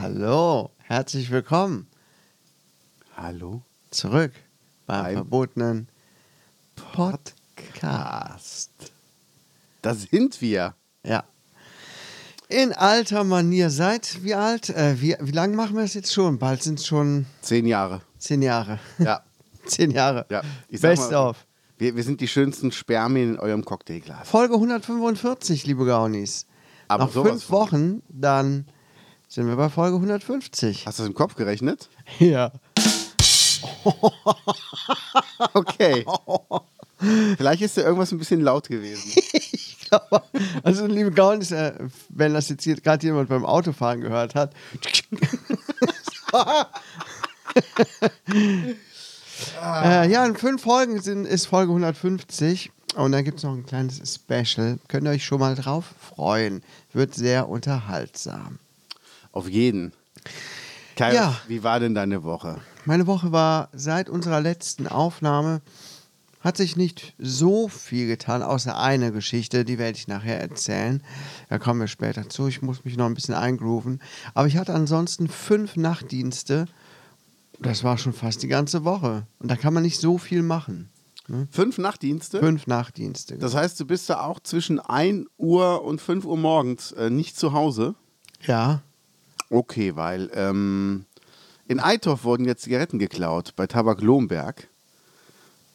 Hallo, herzlich willkommen Hallo? zurück beim Beim verbotenen Podcast. Da sind wir. Ja. In alter Manier seit wie alt? Äh, wie wie lange machen wir es jetzt schon? Bald sind es schon Zehn Jahre. zehn Jahre. Ja. zehn Jahre. ja. Best of. Wir, wir sind die schönsten Spermien in eurem Cocktailglas. Folge 145, liebe Gaunis. Aber Nach sowas fünf von. Wochen, dann sind wir bei Folge 150. Hast du das im Kopf gerechnet? Ja. Okay. Vielleicht ist da irgendwas ein bisschen laut gewesen. Aber, also, liebe Gaunis, äh, wenn das jetzt hier gerade jemand beim Autofahren gehört hat. äh, ja, in fünf Folgen sind, ist Folge 150. Und dann gibt es noch ein kleines Special. Könnt ihr euch schon mal drauf freuen. Wird sehr unterhaltsam. Auf jeden. Kai, Ja. wie war denn deine Woche? Meine Woche war seit unserer letzten Aufnahme, hat sich nicht so viel getan, außer eine Geschichte, die werde ich nachher erzählen. Da kommen wir später zu. Ich muss mich noch ein bisschen eingrooven. Aber ich hatte ansonsten fünf Nachtdienste. Das war schon fast die ganze Woche. Und da kann man nicht so viel machen. Fünf Nachtdienste? Fünf Nachtdienste. Das heißt, du bist da auch zwischen 1 Uhr und 5 Uhr morgens äh, nicht zu Hause? ja. Okay, weil ähm, in Eitorf wurden jetzt Zigaretten geklaut bei Tabak Lohmberg.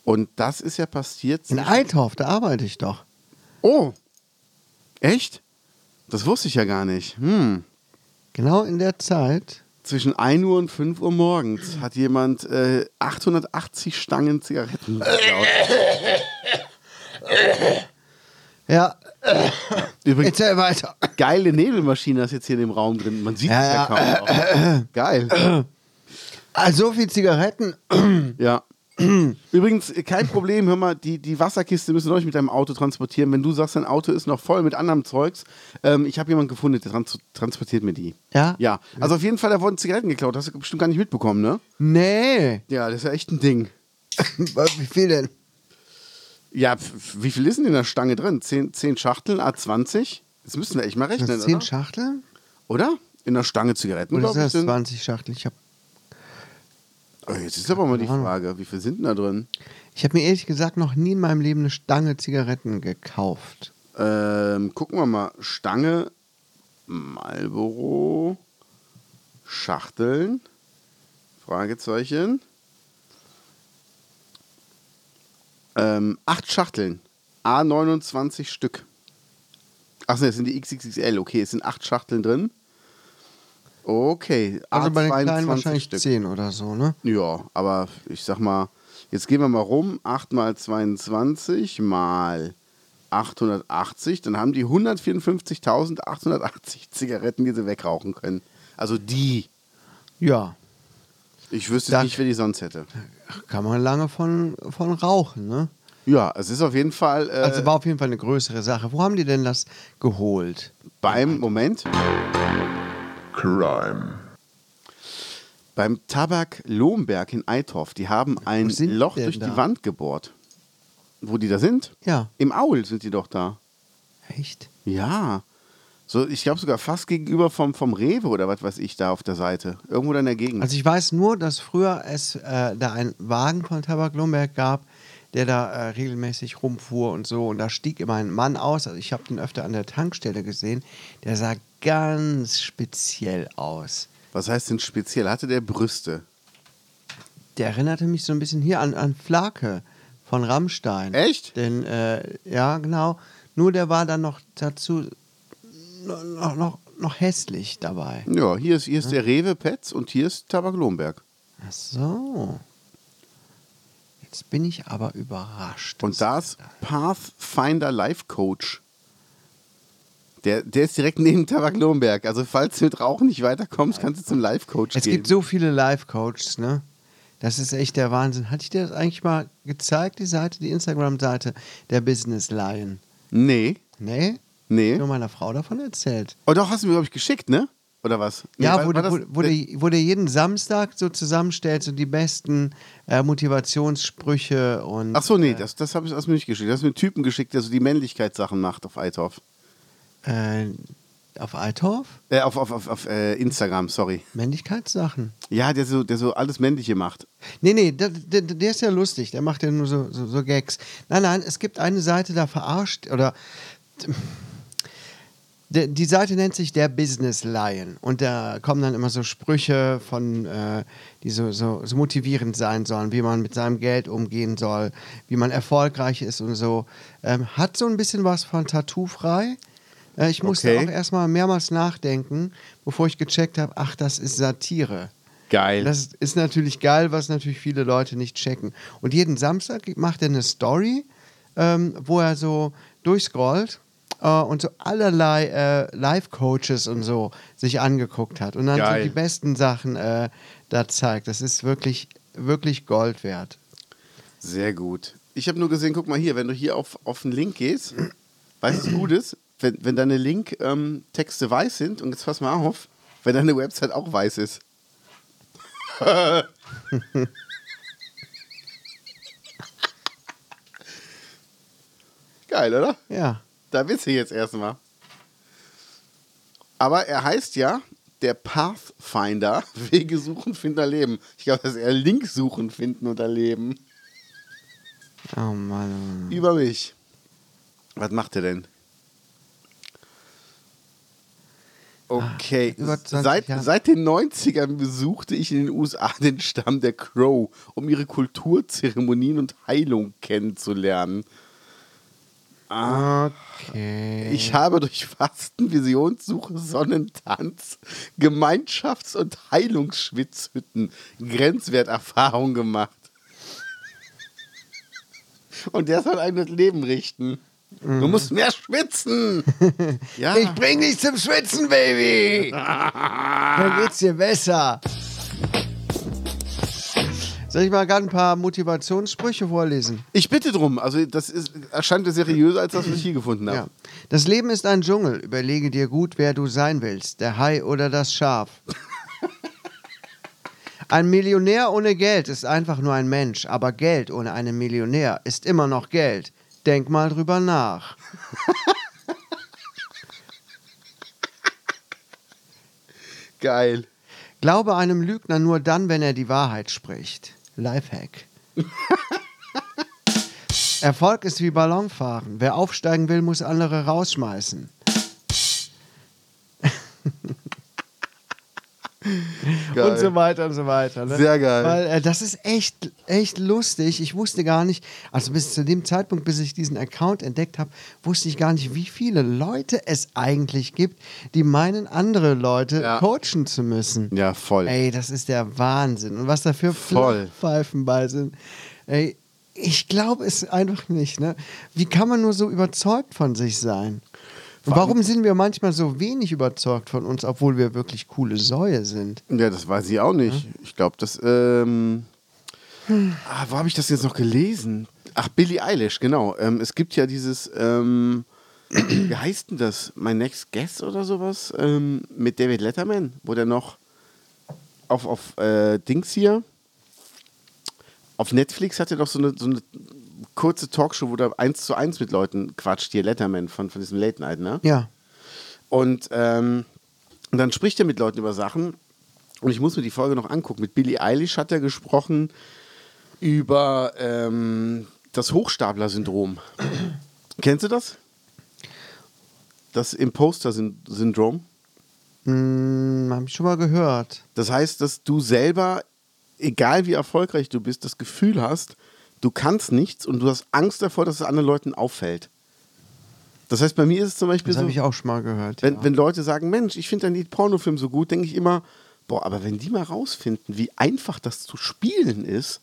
Und das ist ja passiert. In zwischen- Eitorf, da arbeite ich doch. Oh, echt? Das wusste ich ja gar nicht. Hm. Genau in der Zeit. Zwischen 1 Uhr und 5 Uhr morgens hat jemand äh, 880 Stangen Zigaretten geklaut. Ja, Übrigens, erzähl weiter. geile Nebelmaschine ist jetzt hier in dem Raum drin. Man sieht es Ja, ja, kaum. noch. Geil. Also so viel Zigaretten. Ja. Übrigens, äh, kein Problem, hör mal, die, die Wasserkiste müssen wir euch mit deinem Auto transportieren. Wenn du sagst, dein Auto ist noch voll mit anderem Zeugs, ähm, ich habe jemanden gefunden, der trans transportiert mir die. Ja? Ja, also auf jeden Fall, da wurden Zigaretten geklaut, hast du bestimmt gar nicht mitbekommen, ne? Nee. Ja, das ist ja echt ein Ding. Wie viel denn? Ja, f- f- wie viel ist denn in der Stange drin? Zehn, zehn Schachteln, A20? Jetzt müssen wir echt mal Sind rechnen, das zehn oder? Schachteln? oder? In der Stange Zigaretten, Oder glaub ist das ich, sind- 20 Schachteln? Ich habe Oh, Jetzt ist aber mal die Keine Ahnung. Frage, wie viel sind denn da drin? ich hab mir ehrlich gesagt noch nie in meinem Leben eine Stange Zigaretten gekauft. Ähm, gucken wir mal. Stange, Marlboro, Schachteln, Fragezeichen. Ähm, acht Schachteln. A29 Stück. Achso, jetzt sind die XXXL. Okay, es sind acht Schachteln drin. Okay, Also bei den kleinen A22 wahrscheinlich 10 oder so, ne? ja, aber ich sag mal, jetzt gehen wir mal rum, 8 mal 22 mal 880, dann haben die 154.880 Zigaretten, die sie wegrauchen können. Also die. Ja. Ich wüsste Dank. nicht, wer die sonst hätte. Kann man lange von, von rauchen, ne? Ja, es ist auf jeden Fall äh, Also war auf jeden Fall eine größere Sache. Wo haben die denn das geholt? beim, Moment, Crime. beim Tabak Lohmberg in Eitorf, die haben ein sind Loch die denn durch da? die Wand gebohrt. Wo die da sind? Ja. Im Aul sind die doch da. Echt? Ja. So, ich glaube sogar fast gegenüber vom, vom Rewe oder was weiß ich da auf der Seite. Irgendwo da in der Gegend. Also ich weiß nur, dass früher es äh, da einen Wagen von Tabak Lomberg gab, der da äh, regelmäßig rumfuhr und so. Und da stieg immer ein Mann aus. Also ich habe den öfter an der Tankstelle gesehen. Der sah ganz speziell aus. was heißt denn speziell? Hatte der Brüste? Der erinnerte mich so ein bisschen hier an, an Flake von Rammstein. Echt? Denn, äh, ja, genau. Nur der war dann noch dazu noch, noch, noch, noch hässlich dabei. Ja, hier ist, hier ist der Rewe Petz und hier ist Tabak Lohmberg. Ach so. Jetzt bin ich aber überrascht. Und da ist Pathfinder Life Coach. Der, der ist direkt neben Tabak Lomberg. Also, falls du mit Rauchen nicht weiterkommst, kannst du zum Life-Coach gehen. Es gibt so viele Life-Coaches, ne? Das ist echt der Wahnsinn. Hatte ich dir das eigentlich mal gezeigt, die Seite, die Instagram-Seite der Business Lion? Nee, Nee? nee. Nur meiner Frau davon erzählt. Oh, doch, hast du mir, glaube ich, geschickt, ne? Oder was? Nee, Ja, war- wo, war du, das- wo, wo, der- du, wo du jeden Samstag so zusammenstellst und die besten äh, Motivationssprüche und. Ach so, nee, das, das habe ich erst mir nicht geschickt. Das hast mir einen Typen geschickt, der so die Männlichkeitssachen macht auf iTorf. Äh, auf Althoff? Äh, auf auf, auf, auf äh, Instagram, sorry. Männlichkeitssachen. Ja, der so, der so alles Männliche macht. Nee, nee, der, der, der ist ja lustig. Der macht ja nur so, so, so Gags. Nein, nein, es gibt eine Seite, da verarscht oder. Der- Die Seite nennt sich der Business Lion und da kommen dann immer so Sprüche von, äh, die so, so, so motivierend sein sollen, wie man mit seinem Geld umgehen soll, wie man erfolgreich ist und so. Ähm, hat so ein bisschen was von Tattoo frei. Äh, ich musste Okay. auch erstmal mehrmals nachdenken, bevor ich gecheckt habe, ach, das ist Satire. Geil. Das ist natürlich geil, was natürlich viele Leute nicht checken. Und jeden Samstag macht er eine Story, ähm, wo er so durchscrollt äh, und so allerlei äh, Life-Coaches und so sich angeguckt hat und dann Geil. so die besten Sachen äh, da zeigt. Das ist wirklich, wirklich Gold wert. Sehr gut. Ich habe nur gesehen, guck mal hier, wenn du hier auf, auf den Link gehst, weißt du, was gut ist? Wenn, wenn deine Link-Texte weiß sind, und jetzt pass mal auf, wenn deine Website auch weiß ist. Geil, oder? Ja. Da bist du jetzt erstmal. Aber er heißt ja der Pathfinder. Wege suchen, finden, erleben. Ich glaube, das ist eher Link suchen, finden und erleben. Oh Mann. Über mich. Was macht er denn? Okay, Ah, über 20 seit, Jahre. seit den 90ern besuchte ich in den USA den Stamm der Crow, um ihre Kultur, Zeremonien und Heilung kennenzulernen. Ah, Okay. Ich habe durch Fasten, Visionssuche, Sonnentanz, Gemeinschafts- und Heilungsschwitzhütten Grenzwerterfahrung gemacht. Und der soll einem das Leben richten. Mhm. Du musst mehr schwitzen. ja. Ich bring dich zum Schwitzen, Baby! Dann geht's dir besser. Soll ich mal gerade ein paar Motivationssprüche vorlesen? Ich bitte drum. Also das ist, erscheint mir seriöser als das, was ich hier gefunden habe. Ja. Das Leben ist ein Dschungel. Überlege dir gut, wer du sein willst. Der Hai oder das Schaf. Ein Millionär ohne Geld ist einfach nur ein Mensch, aber Geld ohne einen Millionär ist immer noch Geld. Denk mal drüber nach. Geil. Glaube einem Lügner nur dann, wenn er die Wahrheit spricht. Lifehack. Erfolg ist wie Ballonfahren. Wer aufsteigen will, muss andere rausschmeißen. Geil. Und so weiter und so weiter. Ne? Sehr geil. Weil äh, das ist echt, echt lustig. Ich wusste gar nicht, also bis zu dem Zeitpunkt, bis ich diesen Account entdeckt habe, wusste ich gar nicht, wie viele Leute es eigentlich gibt, die meinen, andere Leute Ja. coachen zu müssen. Ja, voll. Ey, das ist der Wahnsinn. Und was da für Voll. Pfeifen bei sind. Ey, ich glaube es einfach nicht. Ne? Wie kann man nur so überzeugt von sich sein? Und warum sind wir manchmal so wenig überzeugt von uns, obwohl wir wirklich coole Säue sind? Ja, das weiß ich auch nicht. Ich glaube, das. Ähm, ah, wo habe ich das jetzt noch gelesen? Ach, Billie Eilish, genau. Ähm, es gibt ja dieses. Ähm, wie heißt denn das? My Next Guest oder sowas? Ähm, mit David Letterman, wo der noch auf, auf äh, Dings hier. Auf Netflix hat er doch so eine, so eine kurze Talkshow, wo der eins zu eins mit Leuten quatscht. Hier Letterman von, von diesem Late Night, ne? Ja. Und, ähm, und dann spricht er mit Leuten über Sachen. Und ich muss mir die Folge noch angucken. Mit Billie Eilish hat er gesprochen über ähm, das Hochstapler-Syndrom. Kennst du das? Das Imposter-Syndrom. Hm, hab ich schon mal gehört. Das heißt, dass du selber, egal wie erfolgreich du bist, das Gefühl hast, du kannst nichts und du hast Angst davor, dass es anderen Leuten auffällt. Das heißt, bei mir ist es zum Beispiel Das so. habe ich auch schon mal gehört. Wenn, ja. wenn Leute sagen, Mensch, ich finde deinen Pornofilm so gut, denke ich immer, boah, aber wenn die mal rausfinden, wie einfach das zu spielen ist,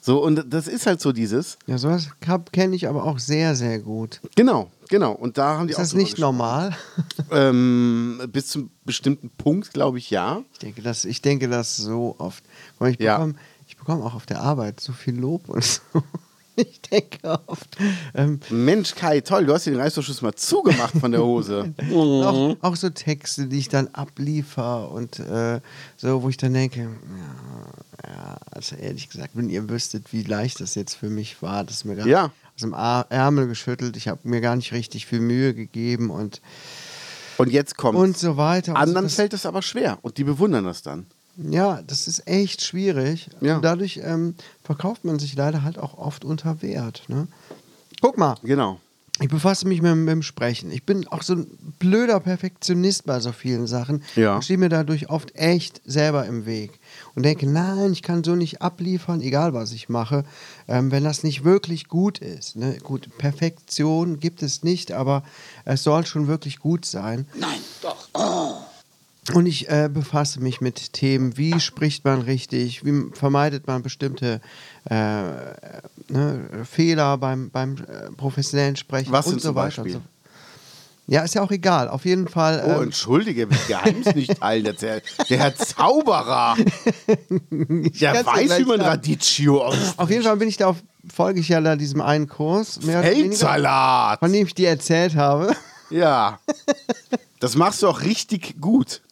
So, und das ist halt so dieses. Ja, sowas kenne ich aber auch sehr, sehr gut. Genau, genau. Und da haben die Ist auch das drüber nicht gesprochen. normal? Ähm, bis zum bestimmten Punkt, glaube ich, ja. Ich denke, das, ich denke das so oft. Guck mal, Ich Ja. bekomme ich bekomme auch auf der Arbeit so viel Lob und so. Ich denke oft. Ähm, Mensch, Kai, toll, du hast dir den Reißverschluss mal zugemacht von der Hose. Mhm. auch, auch so Texte, die ich dann abliefer und äh, so, wo ich dann denke, ja, ja, also ehrlich gesagt, wenn ihr wüsstet, wie leicht das jetzt für mich war, das ist mir gar Ja. aus dem Ar- Ärmel geschüttelt, ich habe mir gar nicht richtig viel Mühe gegeben und, Und jetzt kommt. und so weiter. und so. Anderen Das- fällt es aber schwer und die bewundern das dann. Ja, das ist echt schwierig. Ja. Und dadurch ähm, verkauft man sich leider halt auch oft unter Wert. Ne? Guck mal, Genau. ich befasse mich mit, mit dem Sprechen. Ich bin auch so ein blöder Perfektionist bei so vielen Sachen. Ja. Und stehe mir dadurch oft echt selber im Weg. Und denke, nein, ich kann so nicht abliefern, egal was ich mache, ähm, wenn das nicht wirklich gut ist. Ne? Gut, Perfektion gibt es nicht, aber es soll schon wirklich gut sein. Nein, doch. Und ich äh, befasse mich mit Themen, wie spricht man richtig, wie vermeidet man bestimmte äh, ne, Fehler beim, beim äh, professionellen Sprechen Was und sind so zum weiter. Beispiel? Und so. Ja, ist ja auch egal. Auf jeden Fall. Oh, ähm, entschuldige, wir geheim's nicht allen. Der, der, der Herr Zauberer, ich der kann's dir weiß, gleich wie man sagen. Radicchio aus Auf jeden Fall bin ich da auf, folge ich ja da diesem einen Kurs, mehr oder weniger, Feldsalat. von dem ich dir erzählt habe. Ja. Das machst du auch richtig gut.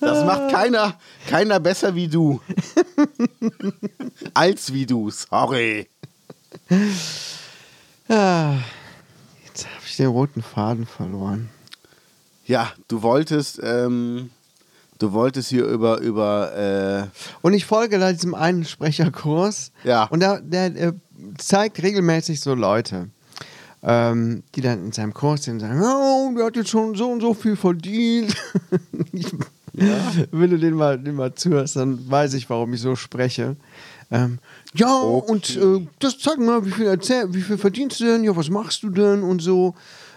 Das macht keiner, keiner besser wie du. Als wie du, sorry. Ah, Jetzt habe ich den roten Faden verloren. Ja, du wolltest, ähm, du wolltest hier über, äh, über, Und ich folge da diesem einen Sprecherkurs. Ja. Und da, der äh, zeigt regelmäßig so Leute, ähm, die dann in seinem Kurs sind und sagen: Oh, der hat jetzt schon so und so viel verdient. ich, Wenn du den mal, den mal zuhörst, dann weiß ich, warum ich so spreche. Ähm, ja, Okay. und äh, das zeig mal, wie viel, erzähl, wie viel verdienst du denn? Ja, was machst du denn? Und so.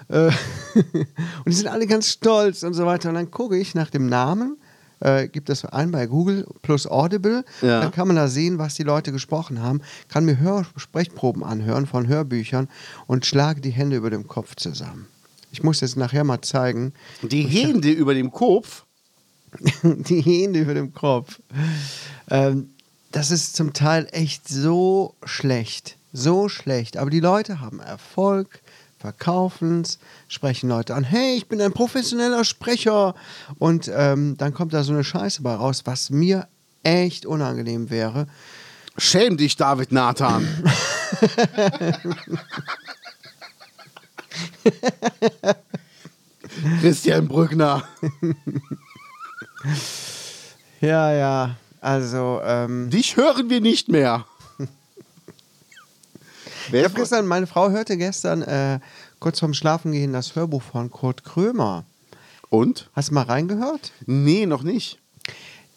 Äh, und die sind alle ganz stolz und so weiter. Und dann gucke ich nach dem Namen, äh, gibt das ein bei Google plus Audible. Ja. Dann kann man da sehen, was die Leute gesprochen haben. Kann mir Hör Sprechproben anhören von Hörbüchern und schlage die Hände über dem Kopf zusammen. Ich muss jetzt nachher mal zeigen, äh, die Hände über dem Kopf. die Hände über dem Kopf. Ähm, das ist zum Teil echt so schlecht, so schlecht. Aber die Leute haben Erfolg, verkaufen es, sprechen Leute an, hey, ich bin ein professioneller Sprecher. Und ähm, dann kommt da so eine Scheiße bei raus, was mir echt unangenehm wäre. Schäm dich, David Nathan. Christian Brückner. Ja, ja, also... Ähm, Dich hören wir nicht mehr. ich Wer hab gestern, meine Frau hörte gestern äh, kurz vorm Schlafengehen das Hörbuch von Kurt Krömer. Und? Hast du mal reingehört? Nee, noch nicht.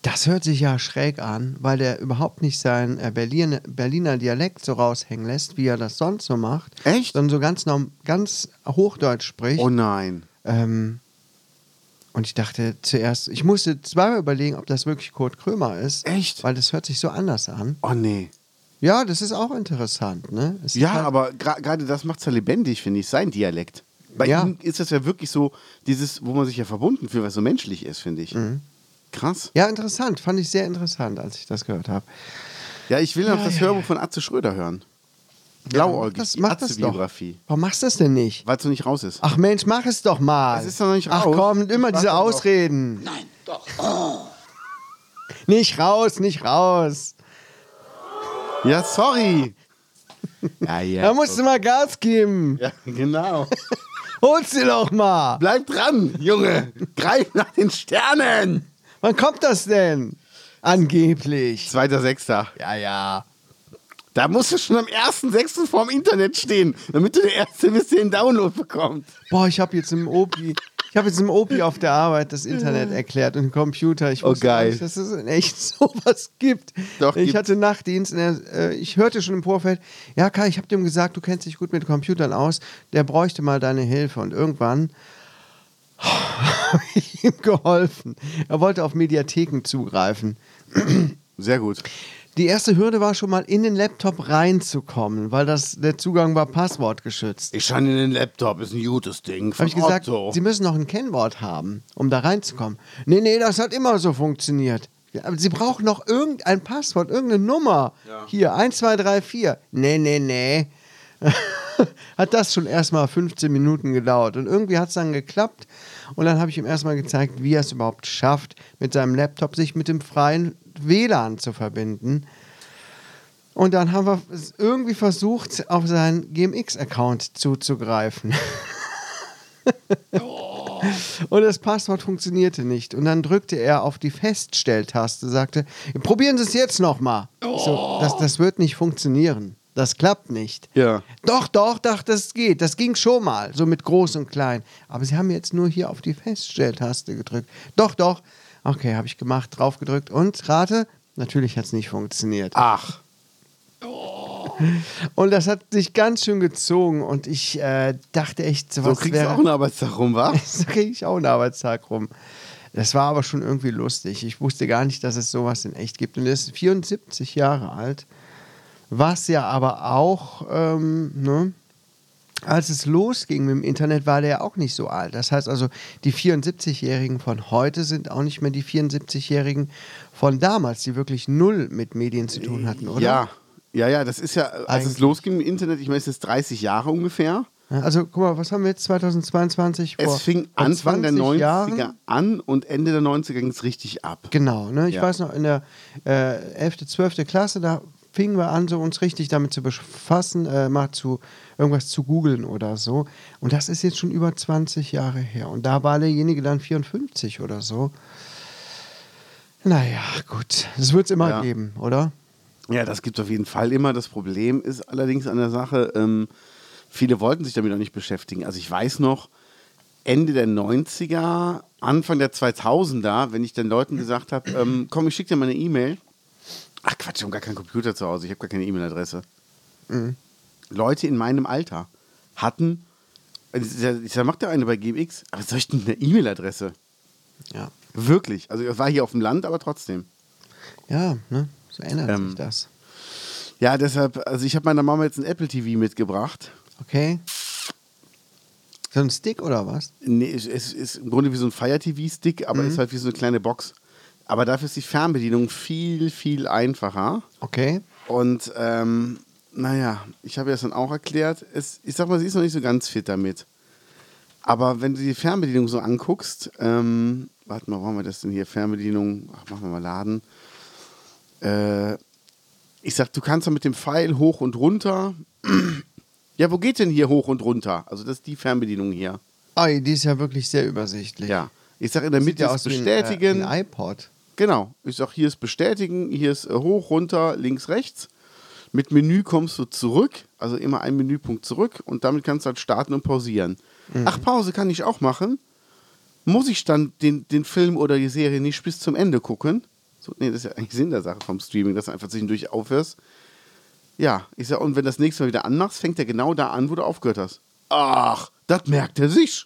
Das hört sich ja schräg an, weil der überhaupt nicht seinen äh, Berliner, Berliner Dialekt so raushängen lässt, wie er das sonst so macht. Echt? Sondern so ganz, norm- ganz Hochdeutsch spricht. Oh nein. ähm, und ich dachte zuerst, ich musste zweimal überlegen, ob das wirklich Kurt Krömer ist. Echt? Weil das hört sich so anders an. Oh nee. Ja, das ist auch interessant, ne? Es ist Ja, halt- aber gra- gerade das macht es ja lebendig, finde ich, sein Dialekt. Bei Ja. ihm ist das ja wirklich so, dieses, wo man sich ja verbunden fühlt, was so menschlich ist, finde ich. Mhm. Krass. Ja, interessant. Fand ich sehr interessant, als ich das gehört habe. Ja, ich will noch Ja, das ja, Hörbuch von Atze Schröder hören. Blauäugig, das die macht das doch. Atze-Biografie. Warum machst du das denn nicht? Weil es noch nicht raus ist. Ach Mensch, mach es doch mal. Es ist doch noch nicht Ach raus. komm, immer Ich diese warte noch. Ausreden. Nein, doch. Nicht raus, nicht raus. Ja, sorry. Ja, ja. Da musst du mal Gas geben. ja, genau. Hol's dir doch mal. Bleib dran, Junge. Greif nach den Sternen. Wann kommt das denn? Angeblich. Zweiter Sechster. Ja, ja. Da musst du schon am 1.6. vorm Internet stehen, damit du der Erste bist, der den Download bekommt. Boah, ich habe jetzt im Opi, ich habe jetzt im Opi auf der Arbeit das Internet erklärt und den Computer. Ich Oh, wusste geil. gar nicht, dass es in echt sowas gibt. Doch, ich gibt's. hatte Nachtdienst. Und er, äh, ich hörte schon im Vorfeld, ja Kai, ich habe dem gesagt, du kennst dich gut mit Computern aus. Der bräuchte mal deine Hilfe. Und irgendwann habe ich ihm geholfen. Er wollte auf Mediatheken zugreifen. Sehr gut. Die erste Hürde war schon mal in den Laptop reinzukommen, weil das, der Zugang war passwortgeschützt. Ich scheine den Laptop, ist ein gutes Ding. Habe Von ich gesagt, Otto. Sie müssen noch ein Kennwort haben, um da reinzukommen. Nee, nee, das hat immer so funktioniert. Ja, aber Sie brauchen noch irgendein Passwort, irgendeine Nummer. Ja. Hier, 1, 2, 3, 4. Nee, nee, nee. hat das schon erstmal 15 Minuten gedauert. Und irgendwie hat es dann geklappt. Und dann habe ich ihm erstmal gezeigt, wie er es überhaupt schafft, mit seinem Laptop sich mit dem freien WLAN zu verbinden. Und dann haben wir es irgendwie versucht, auf seinen GMX-Account zuzugreifen. Und das Passwort funktionierte nicht. Und dann drückte er auf die Feststelltaste, sagte, probieren Sie es jetzt nochmal. So, das, das wird nicht funktionieren. Das klappt nicht. Ja. Doch, doch, doch, das geht. Das ging schon mal, so mit groß und klein. Aber Sie haben jetzt nur hier auf die Feststelltaste gedrückt. Doch, doch. Okay, habe ich gemacht, draufgedrückt und rate, natürlich hat es nicht funktioniert. Ach. Und das hat sich ganz schön gezogen und ich äh, dachte echt, So was kriegst wäre... du auch einen Arbeitstag rum, wa? so kriege ich auch einen Arbeitstag rum. Das war aber schon irgendwie lustig. Ich wusste gar nicht, dass es sowas in echt gibt. Und er ist 74 Jahre alt. Was ja aber auch, ähm, ne, als es losging mit dem Internet, war der ja auch nicht so alt. Das heißt also, die 74-Jährigen von heute sind auch nicht mehr die 74-Jährigen von damals, die wirklich null mit Medien zu tun hatten, oder? Ja. Ja, ja, das ist ja, äh, als es Eigentlich. losging im Internet, ich meine, es ist 30 Jahre ungefähr. Also, guck mal, was haben wir jetzt 2022? Vor- Es fing vor Anfang der 20 90er Jahren? an und Ende der 90er ging es richtig ab. Genau, ne? ich Ja. weiß noch, in der äh, 11., 12. Klasse, da fingen wir an, so uns richtig damit zu befassen, äh, mal zu irgendwas zu googeln oder so. Und das ist jetzt schon über 20 Jahre her. Und da war derjenige dann 54 oder so. Naja, gut. Das wird es immer Ja. geben, oder? Ja, das gibt es auf jeden Fall immer. Das Problem ist allerdings an der Sache, ähm, viele wollten sich damit auch nicht beschäftigen. Also ich weiß noch, Ende der 90er, Anfang der 2000er, wenn ich den Leuten gesagt habe, ähm, komm, ich schicke dir mal eine E-Mail. Ach Quatsch, ich habe gar keinen Computer zu Hause, ich habe gar keine E-Mail-Adresse. Leute in meinem Alter hatten, also ich sag, macht der eine bei GMX, aber was soll ich denn mit einer E-Mail-Adresse? Ja. Wirklich. Also es war hier auf dem Land, aber trotzdem. Ja, ne? So ändert Ähm. sich das. Ja, deshalb, also ich habe meiner Mama jetzt ein Apple TV mitgebracht. Okay. So ein Stick oder was? Nee, es es ist im Grunde wie so ein Fire TV-Stick, aber ist halt wie so eine kleine Box. Aber dafür ist die Fernbedienung viel, viel einfacher. Okay. Und ähm, naja, ich habe ihr das dann auch erklärt. Es, ich sag mal, sie ist noch nicht so ganz fit damit. Aber wenn du die Fernbedienung so anguckst, ähm, warte mal, wo haben wir das denn hier? Fernbedienung, ach, machen wir mal Laden. Äh, ich sag, du kannst doch mit dem Pfeil hoch und runter. ja, wo geht denn hier hoch und runter? Also, das ist die Fernbedienung hier. Ei, die ist ja wirklich sehr übersichtlich. Ja. Ich sag in der Sieht Mitte ja ist aus wie ein, äh, bestätigen. Ein iPod. Genau. Ich sag, hier ist bestätigen, hier ist äh, hoch, runter, links, rechts. Mit Menü kommst du zurück, also immer einen Menüpunkt zurück und damit kannst du halt starten und pausieren. Mhm. Ach, Pause kann ich auch machen. Muss ich dann den, den Film oder die Serie nicht bis zum Ende gucken? So, nee, das ist ja eigentlich Sinn der Sache vom Streaming, dass du einfach zwischendurch aufhörst. Ja, ich sag, und wenn du das nächste Mal wieder anmachst, fängt er genau da an, wo du aufgehört hast. Ach, das merkt er sich.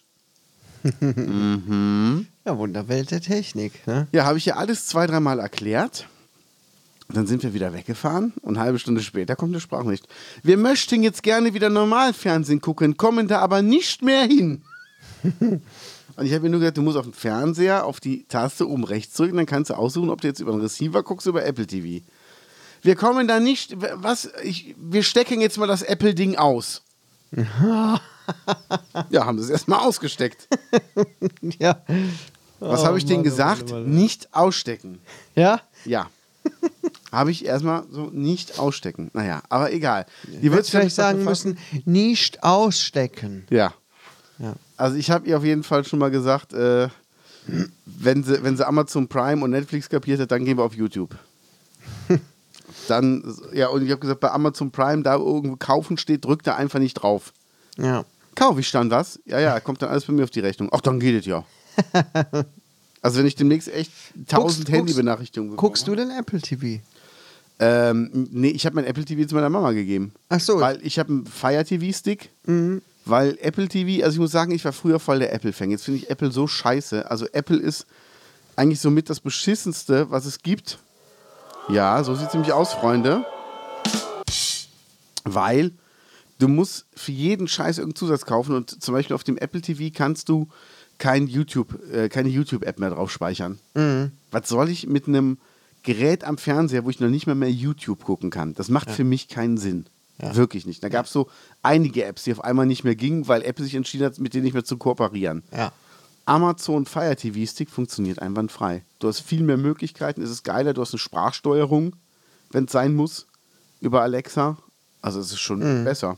Ja, Wunderwelt der Technik. Ne? Ja, habe ich ja alles zwei, dreimal erklärt. Dann sind wir wieder weggefahren und eine halbe Stunde später kommt der Sprachnicht. Wir möchten jetzt gerne wieder normal Fernsehen gucken, kommen da aber nicht mehr hin. und ich habe mir nur gesagt, du musst auf den Fernseher auf die Taste oben rechts drücken, dann kannst du aussuchen, ob du jetzt über den Receiver guckst oder über Apple TV. Wir kommen da nicht, was, ich, wir stecken jetzt mal das Apple-Ding aus. ja, haben sie es erstmal ausgesteckt. Ja. Was Oh, habe ich denen Mann, oh, gesagt? Mann, oh, Mann. Nicht ausstecken. Ja? Ja. Habe ich erstmal so nicht ausstecken. Naja, aber egal. Die Ich würde wird's vielleicht sagen befassen. müssen, nicht ausstecken. Ja. Ja. Also ich habe ihr auf jeden Fall schon mal gesagt, äh, wenn, sie, wenn sie Amazon Prime und Netflix kapiert hat, dann gehen wir auf YouTube. dann, ja, und ich habe gesagt, bei Amazon Prime, da irgendwo kaufen steht, drückt da einfach nicht drauf. Ja. Kaufe ich dann was? Ja, ja, kommt dann alles bei mir auf die Rechnung. Ach, dann geht es ja. also wenn ich demnächst echt 1000 Guckst- Handybenachrichtigungen ne? bekomme. Guckst du denn Apple TV? Ähm, nee, ich habe mein Apple TV zu meiner Mama gegeben. Ach so. Weil ich habe einen Fire TV-Stick. Weil Apple TV, also ich muss sagen, ich war früher voll der Apple-Fan. Jetzt finde ich Apple so scheiße. Also Apple ist eigentlich somit das beschissenste, was es gibt. Ja, so sieht es nämlich aus, Freunde. Weil du musst für jeden Scheiß irgendeinen Zusatz kaufen und zum Beispiel auf dem Apple TV kannst du kein YouTube, äh, keine YouTube-App mehr drauf speichern. Was soll ich mit einem Gerät am Fernseher, wo ich noch nicht mal mehr YouTube gucken kann? Das macht für mich keinen Sinn. Wirklich nicht. Da gab es so einige Apps, die auf einmal nicht mehr gingen, weil Apple sich entschieden hat, mit denen nicht mehr zu kooperieren. Ja. Amazon Fire TV Stick funktioniert einwandfrei. Du hast viel mehr Möglichkeiten, es ist geiler, du hast eine Sprachsteuerung, wenn es sein muss, über Alexa. Also es ist Mhm. schon besser.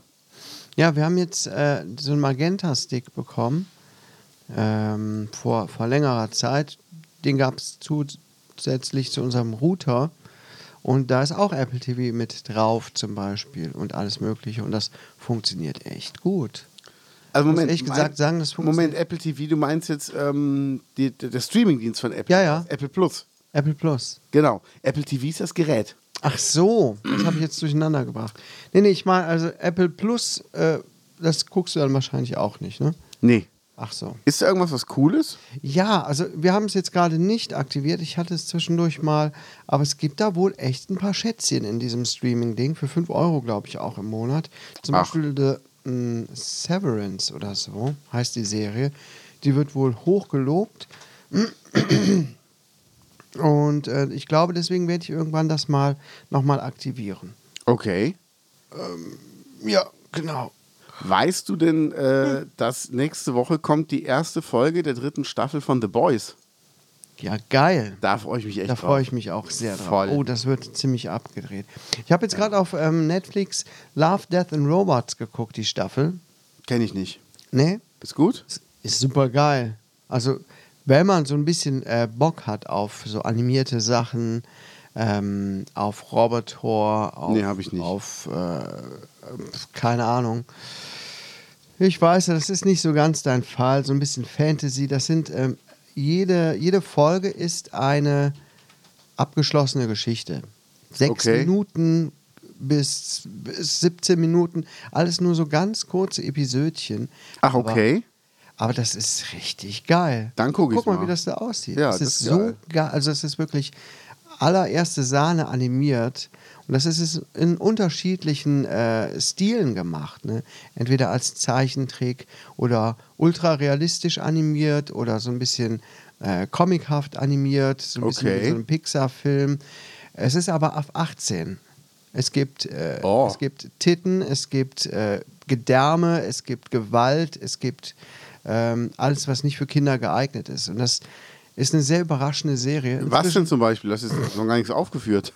Ja, wir haben jetzt äh, so einen Magenta-Stick bekommen ähm, vor, vor längerer Zeit. Den gab es zusätzlich zu unserem Router. Und da ist auch Apple TV mit drauf zum Beispiel und alles Mögliche. Und das funktioniert echt gut. Also Muss ehrlich gesagt sagen, das funktioniert- Moment, Apple TV, du meinst jetzt ähm, die, der der Streamingdienst von Apple. Ja, ja. Apple Plus. Apple Plus. Genau. Apple TV ist das Gerät. Ach so, das habe ich jetzt durcheinander gebracht. Nee, nee, ich meine, also Apple Plus, äh, das guckst du dann wahrscheinlich auch nicht, ne? Nee. Ach so. Ist da irgendwas, was cool ist? Ja, also wir haben es jetzt gerade nicht aktiviert. Ich hatte es zwischendurch mal. Aber es gibt da wohl echt ein paar Schätzchen in diesem Streaming-Ding. Für 5 Euro, glaube ich, auch im Monat. Zum Ach. Beispiel The mh, Severance oder so heißt die Serie. Die wird wohl hoch gelobt. Und äh, ich glaube, deswegen werde ich irgendwann das mal nochmal aktivieren. Okay. Ja, genau. Hm. Weißt du denn, äh, dass nächste Woche kommt die erste Folge der dritten Staffel von The Boys? Ja, geil. Da freue ich mich echt Da drauf. freue ich mich auch sehr drauf. Voll. Oh, das wird ziemlich abgedreht. Ich habe jetzt gerade auf ähm, Netflix Love, Death and Robots geguckt, die Staffel. Kenne ich nicht. Nee, Ist gut? ist- ist super geil. Also, wenn man so ein bisschen äh, Bock hat auf so animierte Sachen, ähm, auf Roboter, auf, Nee, hab ich nicht. auf äh, keine Ahnung. Ich weiß, ja, das ist nicht so ganz dein Fall. So ein bisschen Fantasy. Das sind ähm, jede, jede Folge ist eine abgeschlossene Geschichte. Sechs Okay. Minuten bis, bis 17 Minuten, alles nur so ganz kurze Episödchen. Ach, Aber- okay. aber das ist richtig geil. Dann guck ich's Guck mal, mal. wie das da aussieht. Ja, das, das ist ist so geil. geil. Also, das ist wirklich allererste Sahne animiert. Und das ist es in unterschiedlichen äh, Stilen gemacht. Ne? Entweder als Zeichentrick oder ultra realistisch animiert oder so ein bisschen äh, comichaft animiert, so ein bisschen Okay. wie so ein Pixar-Film. Es ist aber ab 18. Es gibt, äh, Oh. es gibt Titten, es gibt äh, Gedärme, es gibt Gewalt, es gibt ähm, alles, was nicht für Kinder geeignet ist. Und das ist eine sehr überraschende Serie. Was denn zum Beispiel? Das ist noch gar nichts aufgeführt.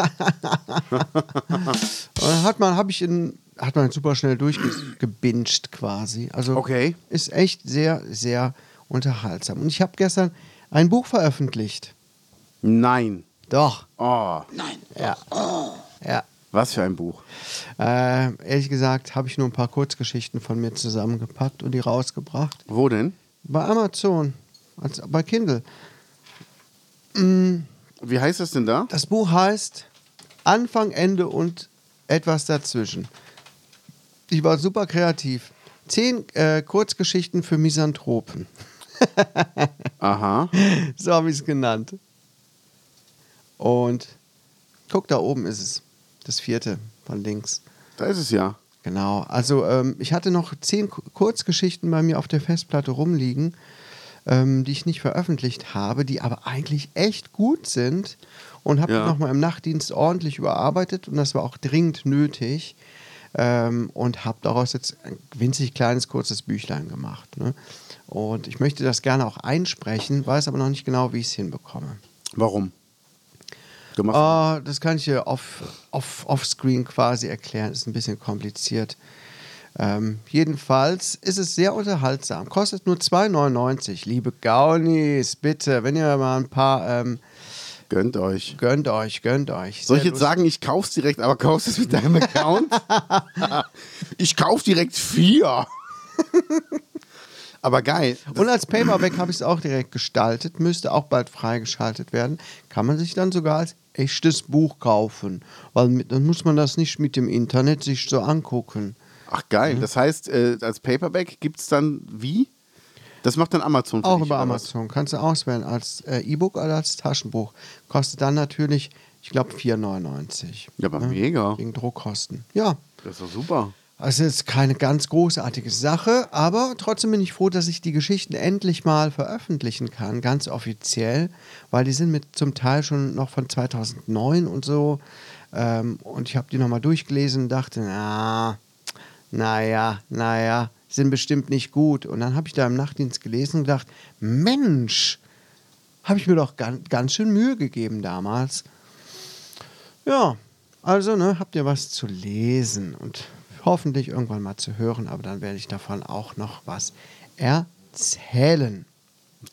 Äh, Hat man, habe ich in, hat man super schnell durchgebinged quasi. Also Okay. ist echt sehr, sehr unterhaltsam. Und ich habe gestern ein Buch veröffentlicht. Nein. Doch. Oh, Ja. Ja. was für ein Buch. Äh, ehrlich gesagt habe ich nur ein paar Kurzgeschichten von mir zusammengepackt und die rausgebracht. Wo denn? Bei Amazon, als, bei Kindle. Wie heißt das denn da? Das Buch heißt Anfang, Ende und etwas dazwischen. Ich war super kreativ. Zehn äh, Kurzgeschichten für Misanthropen. Aha. So habe ich es genannt. Und guck, da oben ist es. Das vierte von links. Da ist es ja. Genau, also ähm, ich hatte noch zehn Ku- Kurzgeschichten bei mir auf der Festplatte rumliegen, ähm, die ich nicht veröffentlicht habe, die aber eigentlich echt gut sind und habe Ja. die nochmal im Nachtdienst ordentlich überarbeitet und das war auch dringend nötig ähm, und habe daraus jetzt ein winzig kleines, kurzes Büchlein gemacht. Ne? Und ich möchte das gerne auch einsprechen, weiß aber noch nicht genau, wie ich es hinbekomme. Warum? Du machst Ah, das kann ich hier off, off, offscreen quasi erklären. Ist ein bisschen kompliziert. Ähm, jedenfalls ist es sehr unterhaltsam. Kostet nur 2,99. Liebe Gaunis, bitte, wenn ihr mal ein paar ähm, Gönnt euch. gönnt euch, gönnt euch. Soll ich Sehr jetzt lustig. sagen, ich kauf's direkt, aber kaufst es mit deinem Account? ich kauf direkt vier. aber geil. Und als Paperback habe ich es auch direkt gestaltet, müsste auch bald freigeschaltet werden. Kann man sich dann sogar als echtes Buch kaufen, weil mit, dann muss man das nicht mit dem Internet sich so angucken. Mhm. Ach geil. Das heißt, äh, als Paperback gibt's dann wie? Das macht dann Amazon für Auch dich, über oder was? Amazon. Kannst du auswählen als äh, E-Book oder als Taschenbuch. Kostet dann natürlich, ich glaube, 4,99. Ja, genau. aber mega. Wegen Druckkosten. Ja. Das ist doch super. Also ist keine ganz großartige Sache, aber trotzdem bin ich froh, dass ich die Geschichten endlich mal veröffentlichen kann, ganz offiziell, weil die sind mit zum Teil schon noch von 2009 und so. Ähm, und ich habe die nochmal durchgelesen und dachte, na, naja, naja, sind bestimmt nicht gut. Und dann habe ich da im Nachtdienst gelesen und gedacht, Mensch, habe ich mir doch gan ganz schön Mühe gegeben damals. Ja, also ne, habt ihr was zu lesen und hoffentlich irgendwann mal zu hören, aber dann werde ich davon auch noch was erzählen.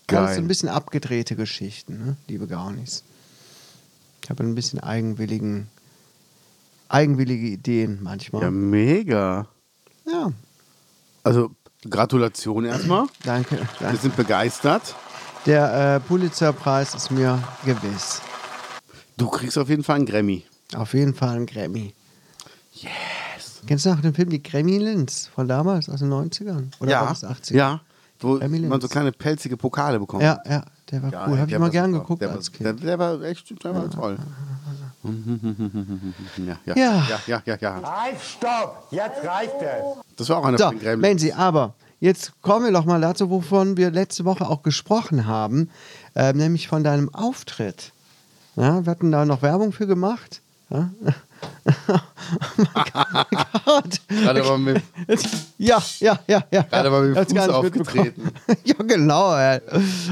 Geil. Alles so ein bisschen abgedrehte Geschichten, ne, liebe Gaunis. Ich habe ein bisschen eigenwilligen, eigenwillige Ideen manchmal. Ja, mega. ja Also, Gratulation erstmal. danke. Wir danke. sind begeistert. Der äh, Pulitzerpreis ist mir gewiss. Du kriegst auf jeden Fall einen Grammy. Auf jeden Fall ein Grammy. Yes. Kennst du noch den Film Die Gremlins von damals, aus den 90ern? Oder war das 80er? Ja. Wo Grammy Lens. man so kleine pelzige Pokale bekommt. ja, ja, der war Ja, cool. ey, Habe ich der immer war gern super. geguckt der als war, Kind. Der, der war echt der war toll. ja, Ja. ja, ja, ja, ja, ja. Halt, stopp! Jetzt reicht es! Das war auch einer So, von den Gremlins. Menzi, aber jetzt kommen wir doch mal dazu, wovon wir letzte Woche auch gesprochen haben, ähm, nämlich von deinem Auftritt. Ja, wir hatten da noch Werbung für gemacht. Ja? oh Gott. Gerade war mit, Ja, ja, ja, ja. ja. Gerade mal mit dem Hat's gar Fuß nicht mitbekommen. ja, genau, ey.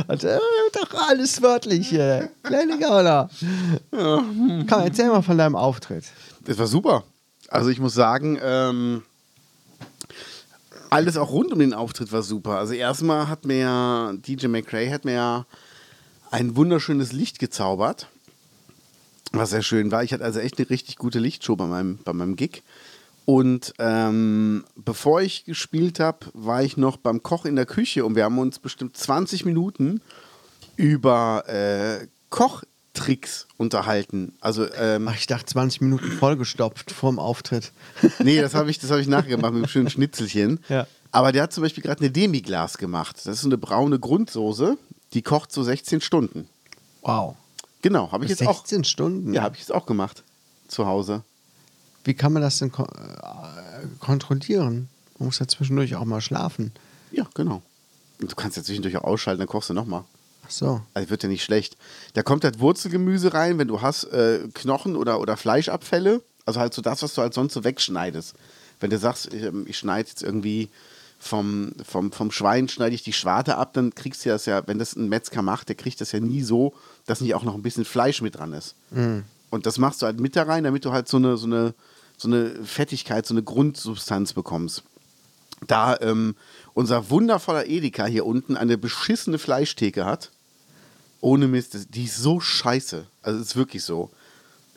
Also, äh, doch alles wörtlich, ey. Kleine Gauner. Komm, erzähl mal von deinem Auftritt. das war super. Also ich muss sagen, ähm, alles auch rund um den Auftritt war super. Also erstmal hat mir ja, DJ McRae hat mir ja ein wunderschönes Licht gezaubert, was sehr schön war. Ich hatte also echt eine richtig gute Lichtshow bei meinem, bei meinem Gig. Und ähm, bevor ich gespielt habe, war ich noch beim Koch in der Küche und wir haben uns bestimmt 20 Minuten über äh, Kochtricks unterhalten. Also ähm, Ach, ich dachte, 20 Minuten vollgestopft vorm Auftritt. Nee, das habe ich, das hab ich nachgemacht mit einem schönen Schnitzelchen. Ja. Aber der hat zum Beispiel gerade eine Demiglas gemacht. Das ist so eine braune Grundsoße, die kocht so 16 Stunden. Wow. Genau, habe ich jetzt auch. 16 Stunden. Ja, habe ich jetzt auch gemacht. Zu Hause. Wie kann man das denn kon äh, kontrollieren? Man muss ja zwischendurch auch mal schlafen. Ja, genau. Und du kannst ja zwischendurch auch ausschalten, dann kochst du nochmal. Ach so. Also wird ja nicht schlecht. Da kommt halt Wurzelgemüse rein, wenn du hast äh, Knochen oder, oder Fleischabfälle. Also halt so das, was du halt sonst so wegschneidest. Wenn du sagst, ich, ähm, ich schneide jetzt irgendwie vom, vom, vom Schwein schneide ich die Schwarte ab, dann kriegst du das ja, wenn das ein Metzger macht, der kriegt das ja nie so, dass nicht auch noch ein bisschen Fleisch mit dran ist. Und das machst du halt mit da rein, damit du halt so eine, so eine, so eine Fettigkeit, so eine Grundsubstanz bekommst da ähm, unser wundervoller Edeka hier unten eine beschissene Fleischtheke hat, ohne Mist, das- die ist so scheiße. Also es ist wirklich so.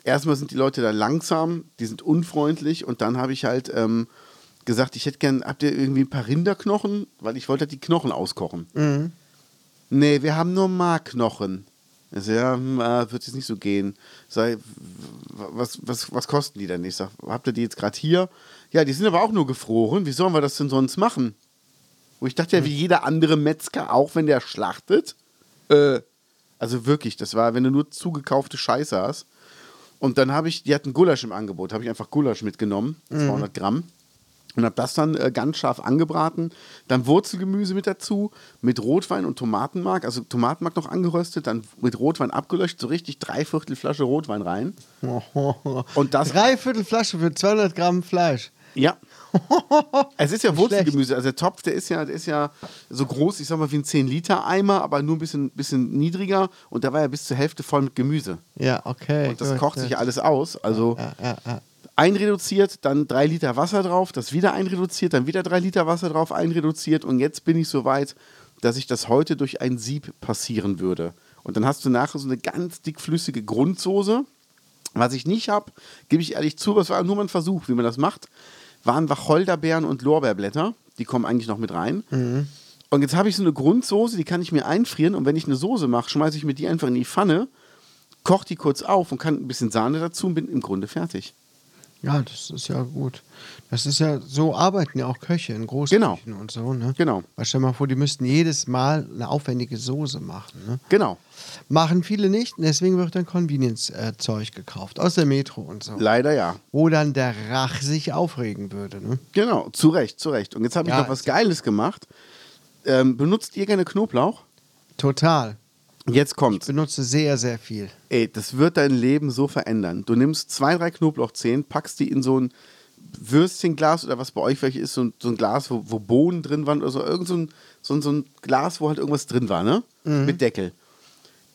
Erstmal sind die Leute da langsam, die sind unfreundlich und dann habe ich halt ähm, gesagt, ich hätte gern, habt ihr irgendwie ein paar Rinderknochen? Weil ich wollte halt die Knochen auskochen. Nee, wir haben nur Markknochen. Ich so, ja, hm, ah, wird jetzt nicht so gehen. Sei, w- was, was, was kosten die denn? Ich sag, habt ihr die jetzt gerade hier? Ja, die sind aber auch nur gefroren. Wie sollen wir das denn sonst machen? Wo ich dachte ja, wie jeder andere Metzger, auch wenn der schlachtet. Äh, also wirklich, das war, wenn du nur zugekaufte Scheiße hast. Und dann habe ich, die hatten Gulasch im Angebot, habe ich einfach Gulasch mitgenommen, Mhm. 200 Gramm. Und habe das dann äh, ganz scharf angebraten. Dann Wurzelgemüse mit dazu, mit Rotwein und Tomatenmark. Also Tomatenmark noch angeröstet, dann mit Rotwein abgelöscht, so richtig dreiviertel Flasche Rotwein rein. Und Und das- Dreiviertel Flasche für 200 Gramm Fleisch. Ja. es ist ja Nicht schlecht. Wurzelgemüse. Also der Topf, der ist ja, der ist ja so groß, ich sag mal wie ein 10-Liter-Eimer, aber nur ein bisschen, bisschen niedriger. Und da war ja bis zur Hälfte voll mit Gemüse. Ja, okay. Und das gut, kocht sich ja alles aus. Also Ja, ja, ja. einreduziert, dann drei Liter Wasser drauf, das wieder einreduziert, dann wieder drei Liter Wasser drauf, einreduziert. Und jetzt bin ich so weit, dass ich das heute durch ein Sieb passieren würde. Und dann hast du nachher so eine ganz dickflüssige Grundsoße. Was ich nicht habe, gebe ich ehrlich zu, aber es war nur mal ein Versuch, wie man das macht, waren Wacholderbeeren und Lorbeerblätter. Die kommen eigentlich noch mit rein. Und jetzt habe ich so eine Grundsoße, die kann ich mir einfrieren. Und wenn ich eine Soße mache, schmeiße ich mir die einfach in die Pfanne, koche die kurz auf und kann ein bisschen Sahne dazu und bin im Grunde fertig. Ja, das ist ja gut. Das ist ja, so arbeiten ja auch Köche in Genau. Großküchen und so, ne? Genau. Weil stell dir mal vor, die müssten jedes Mal eine aufwendige Soße machen, ne? Genau. Machen viele nicht, und deswegen wird dann Convenience-Zeug gekauft, aus der Metro und so. Leider ja. Wo dann der Rach sich aufregen würde, ne? Genau, zu Recht, zu Recht. Und jetzt habe ich Ja, noch was erzähl. Geiles gemacht. Ähm, benutzt ihr gerne Knoblauch? Total. Jetzt kommt's. Benutze sehr, sehr viel. Ey, das wird dein Leben so verändern. Du nimmst zwei, drei Knoblauchzehen, packst die in so ein Würstchenglas oder was bei euch vielleicht ist, so ein, so ein Glas, wo, wo Bohnen drin waren oder so, irgend so ein, so, ein, so ein Glas, wo halt irgendwas drin war, ne? Mit Deckel.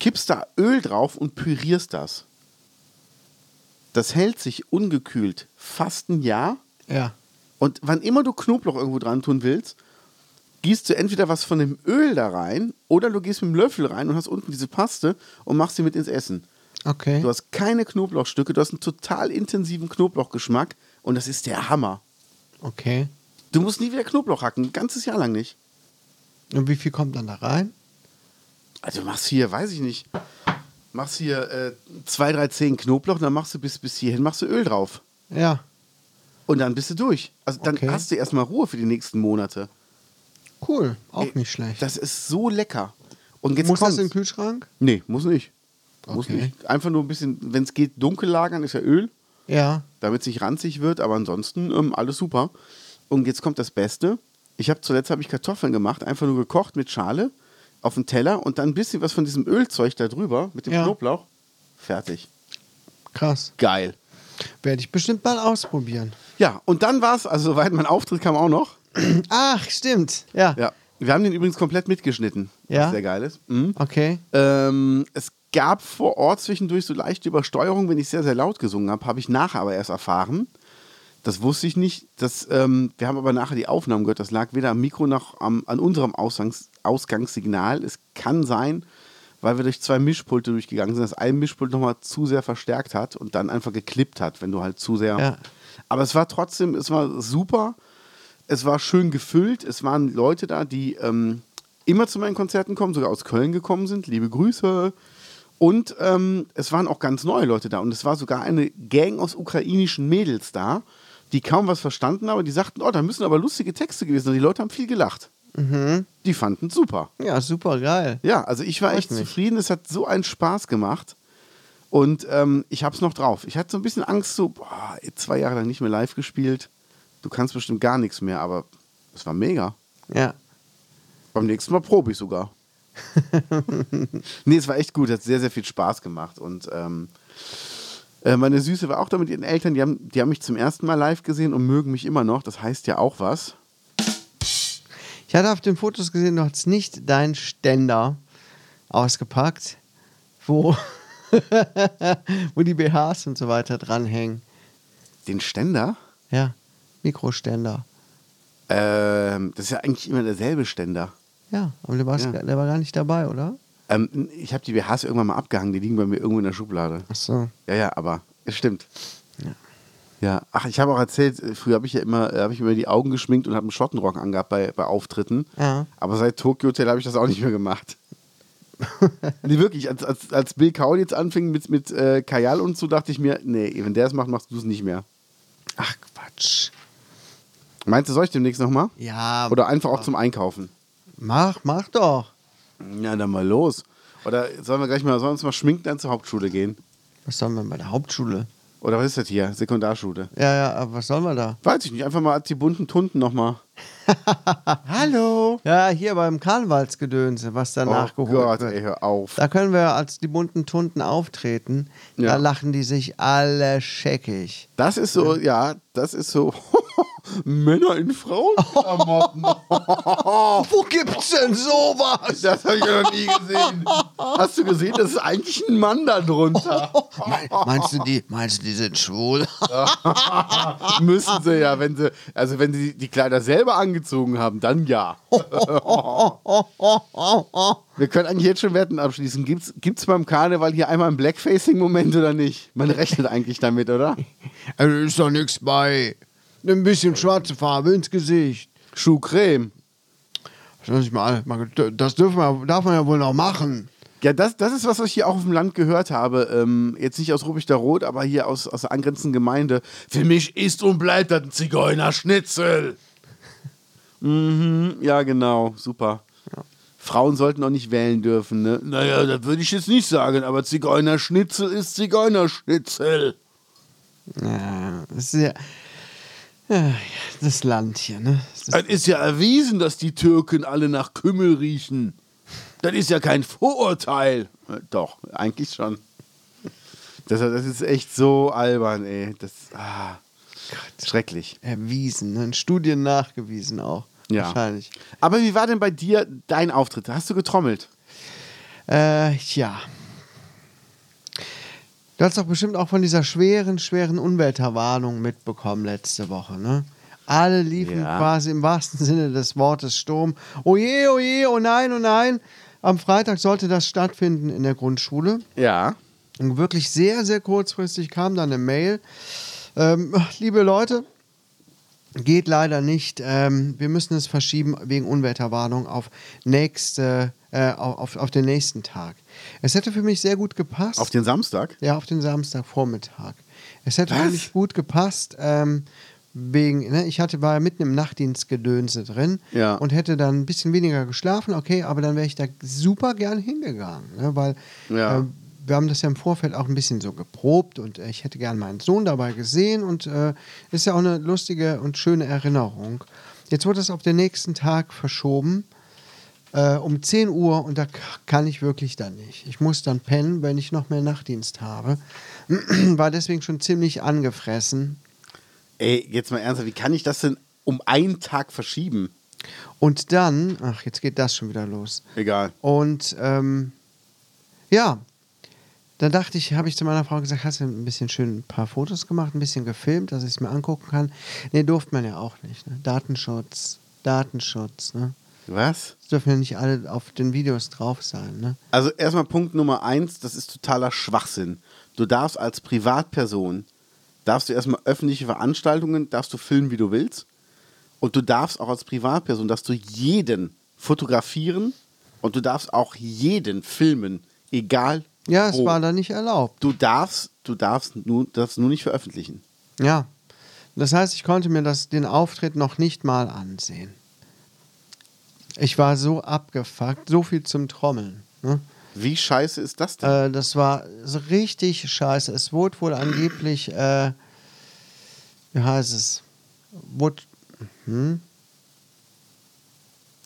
Kippst da Öl drauf und pürierst das. Das hält sich ungekühlt fast ein Jahr. Ja. Und wann immer du Knoblauch irgendwo dran tun willst, gießt du entweder was von dem Öl da rein oder du gehst mit dem Löffel rein und hast unten diese Paste und machst sie mit ins Essen. Okay. Du hast keine Knoblauchstücke, du hast einen total intensiven Knoblauchgeschmack und das ist der Hammer. Okay. Du musst nie wieder Knoblauch hacken, ein ganzes Jahr lang nicht. Und wie viel kommt dann da rein? Also machst hier, weiß ich nicht, machst hier äh, zwei, drei Zehen Knoblauch und dann machst du bis, bis hierhin machst du Öl drauf. Ja. Und dann bist du durch. Also dann Okay. hast du erstmal Ruhe für die nächsten Monate. Cool. Auch Ey, nicht schlecht. Äh, Das ist so lecker. Und jetzt Muss kommt's. das in den Kühlschrank? Nee, muss nicht. Muss Okay. nicht. Einfach nur ein bisschen, wenn es geht, dunkel lagern, ist ja Öl, Ja. damit es nicht ranzig wird, aber ansonsten ähm, alles super. Und jetzt kommt das Beste. Ich habe zuletzt habe ich Kartoffeln gemacht, einfach nur gekocht mit Schale auf den Teller und dann ein bisschen was von diesem Ölzeug da drüber mit dem Ja. Knoblauch. Fertig. Krass. Geil. Werde ich bestimmt mal ausprobieren. Ja, und dann war's, also soweit mein Auftritt kam auch noch. Ach, stimmt. Ja. Ja. Wir haben den übrigens komplett mitgeschnitten. Ja? Was sehr geil ist. Mhm. Okay. Ähm, es gab vor Ort zwischendurch so leichte Übersteuerung, wenn ich sehr, sehr laut gesungen habe, habe ich nachher aber erst erfahren. Das wusste ich nicht. Das, ähm, wir haben aber nachher die Aufnahmen gehört. Das lag weder am Mikro noch am, an unserem Ausgangs Ausgangssignal. Es kann sein, weil wir durch zwei Mischpulte durchgegangen sind, dass ein Mischpult nochmal zu sehr verstärkt hat und dann einfach geklippt hat, wenn du halt zu sehr. Ja. Aber es war trotzdem, es war super. Es war schön gefüllt. Es waren Leute da, die ähm, immer zu meinen Konzerten kommen, sogar aus Köln gekommen sind. Liebe Grüße. Und ähm, es waren auch ganz neue Leute da. Und es war sogar eine Gang aus ukrainischen Mädels da, die kaum was verstanden, aber die sagten, oh, da müssen aber lustige Texte gewesen sein. Die Leute haben viel gelacht. Die fanden es super. Ja, super geil. Ja, also ich war Freut echt mich. zufrieden. Es hat so einen Spaß gemacht. Und ähm, ich hab's noch drauf. Ich hatte so ein bisschen Angst, so boah, zwei Jahre lang nicht mehr live gespielt. Du kannst bestimmt gar nichts mehr, aber es war mega. Ja. Beim nächsten Mal probe ich sogar. nee, es war echt gut, hat sehr, sehr viel Spaß gemacht. Und ähm, äh, meine Süße war auch da mit ihren Eltern, die haben, die haben mich zum ersten Mal live gesehen und mögen mich immer noch. Das heißt ja auch was. Ich hatte auf den Fotos gesehen, du hast nicht deinen Ständer ausgepackt, wo, wo die BHs und so weiter dranhängen. Den Ständer, Ja. Mikroständer. ähm, das ist ja eigentlich immer derselbe Ständer. Ja, aber der, war's Ja. gar- der war gar nicht dabei, oder? Ähm, ich habe die BHs irgendwann mal abgehangen, die liegen bei mir irgendwo in der Schublade. Ach so. Ja, ja, aber es stimmt. Ja, ach, ich habe auch erzählt, äh, früher habe ich ja immer, äh, habe ich mir die Augen geschminkt und habe einen Schottenrock angehabt bei, bei Auftritten. Ja. Aber seit Tokyo Hotel habe ich das auch nicht mehr gemacht. nee, wirklich, als, als, als Bill Kaulitz anfing mit, mit äh, Kajal und so, dachte ich mir, nee, wenn der es macht, machst du es nicht mehr. Ach, Quatsch. Meinst du, soll ich demnächst nochmal? Ja. Oder einfach auch zum Einkaufen? Mach, mach doch. Na, dann mal los. Oder sollen wir gleich mal, sollen wir uns mal schminken dann zur Hauptschule gehen? Was sollen wir bei der Hauptschule? Oder was ist das hier? Sekundarschule. Ja, ja, aber was sollen wir da? Weiß ich nicht, einfach mal die bunten Tunden nochmal. Hallo! Ja, hier beim Karnevalsgedönse, was da nachgeholt Oh Gott, wird. ey, hör auf. Da können wir als die bunten Tunden auftreten. Ja. Da lachen die sich alle scheckig. Das ist so, ja, das ist so Männer in Frauenklamotten. Wo gibt's denn sowas? Das habe ich ja noch nie gesehen. Hast du gesehen, das ist eigentlich ein Mann da drunter. Me meinst du die? Meinst du die sind schwul? Müssen sie ja, wenn sie, also wenn sie die Kleider selber angezogen haben, dann ja. Wir können eigentlich jetzt schon Wetten abschließen. Gibt's, gibt's beim Karneval hier einmal einen Blackfacing-Moment oder nicht? Man rechnet eigentlich damit, oder? Also ist doch nichts bei. Ein bisschen schwarze Farbe ins Gesicht. Schuhcreme. Das, muss ich mal, das dürfen wir, darf man ja wohl noch machen. Ja, das, das ist was, was ich hier auch auf dem Land gehört habe. Ähm, jetzt nicht aus Rubichter Rot, aber hier aus, aus der angrenzenden Gemeinde. Für mich ist und bleibt das ein Zigeunerschnitzel. mhm, ja, genau, super. Frauen sollten auch nicht wählen dürfen, ne? Naja, das würde ich jetzt nicht sagen, aber Zigeunerschnitzel ist Zigeunerschnitzel. Ja, das ist ja, ja das Land hier, ne? Das ist, Es ist ja erwiesen, dass die Türken alle nach Kümmel riechen. Das ist ja kein Vorurteil. Äh, Doch, eigentlich schon. Das, das ist echt so albern, ey. Das ah, schrecklich. erwiesen, ne? in Studien nachgewiesen auch. Ja. Wahrscheinlich. Aber wie war denn bei dir dein Auftritt? Hast du getrommelt? Äh, ja. Du hast doch bestimmt auch von dieser schweren, schweren Unwetterwarnung mitbekommen letzte Woche, ne? Alle liefen Ja. quasi im wahrsten Sinne des Wortes Sturm. Oh je, oh je, oh nein, oh nein. Am Freitag sollte das stattfinden in der Grundschule. Ja. Und wirklich sehr, sehr kurzfristig kam dann eine Mail. Ähm, liebe Leute, geht leider nicht. Ähm, wir müssen es verschieben wegen Unwetterwarnung auf, nächste, äh, auf, auf den nächsten Tag. Es hätte für mich sehr gut gepasst. Auf den Samstag? ja, auf den Samstagvormittag. Es hätte Was? für mich gut gepasst. Ähm, Wegen, ne, ich hatte war mitten im Nachtdienstgedönse drin Ja. und hätte dann ein bisschen weniger geschlafen, okay, aber dann wäre ich da super gern hingegangen, ne, weil Ja. äh, wir haben das ja im Vorfeld auch ein bisschen so geprobt und äh, ich hätte gern meinen Sohn dabei gesehen und äh, ist ja auch eine lustige und schöne Erinnerung. Jetzt wurde es auf den nächsten Tag verschoben äh, um 10 Uhr und da k- kann ich wirklich dann nicht. Ich muss dann pennen, wenn ich noch mehr Nachtdienst habe. War deswegen schon ziemlich angefressen Ey, jetzt mal ernsthaft, wie kann ich das denn um einen Tag verschieben? und dann, ach, jetzt geht das schon wieder los. Egal. Und ähm, ja, dann dachte ich, habe ich zu meiner Frau gesagt, hast du ein bisschen schön ein paar Fotos gemacht, ein bisschen gefilmt, dass ich es mir angucken kann. Nee, durfte man ja auch nicht. Ne? Datenschutz, Datenschutz. Ne? Was? Es dürfen ja nicht alle auf den Videos drauf sein. Ne? Also erstmal Punkt Nummer eins, das ist totaler Schwachsinn. Du darfst als Privatperson, darfst du erstmal öffentliche Veranstaltungen, darfst du filmen, wie du willst. Und du darfst auch als Privatperson, darfst du jeden fotografieren und du darfst auch jeden filmen, egal Ja, es wo. war da nicht erlaubt. Du darfst, du darfst nur, darfst nur nicht veröffentlichen. Ja. Das heißt, ich konnte mir das, den Auftritt noch nicht mal ansehen. Ich war so abgefuckt, so viel zum Trommeln. Ne? Wie scheiße ist das denn? Äh, das war so richtig scheiße. Es wurde wohl angeblich, äh, wie heißt es? Wurde, hm,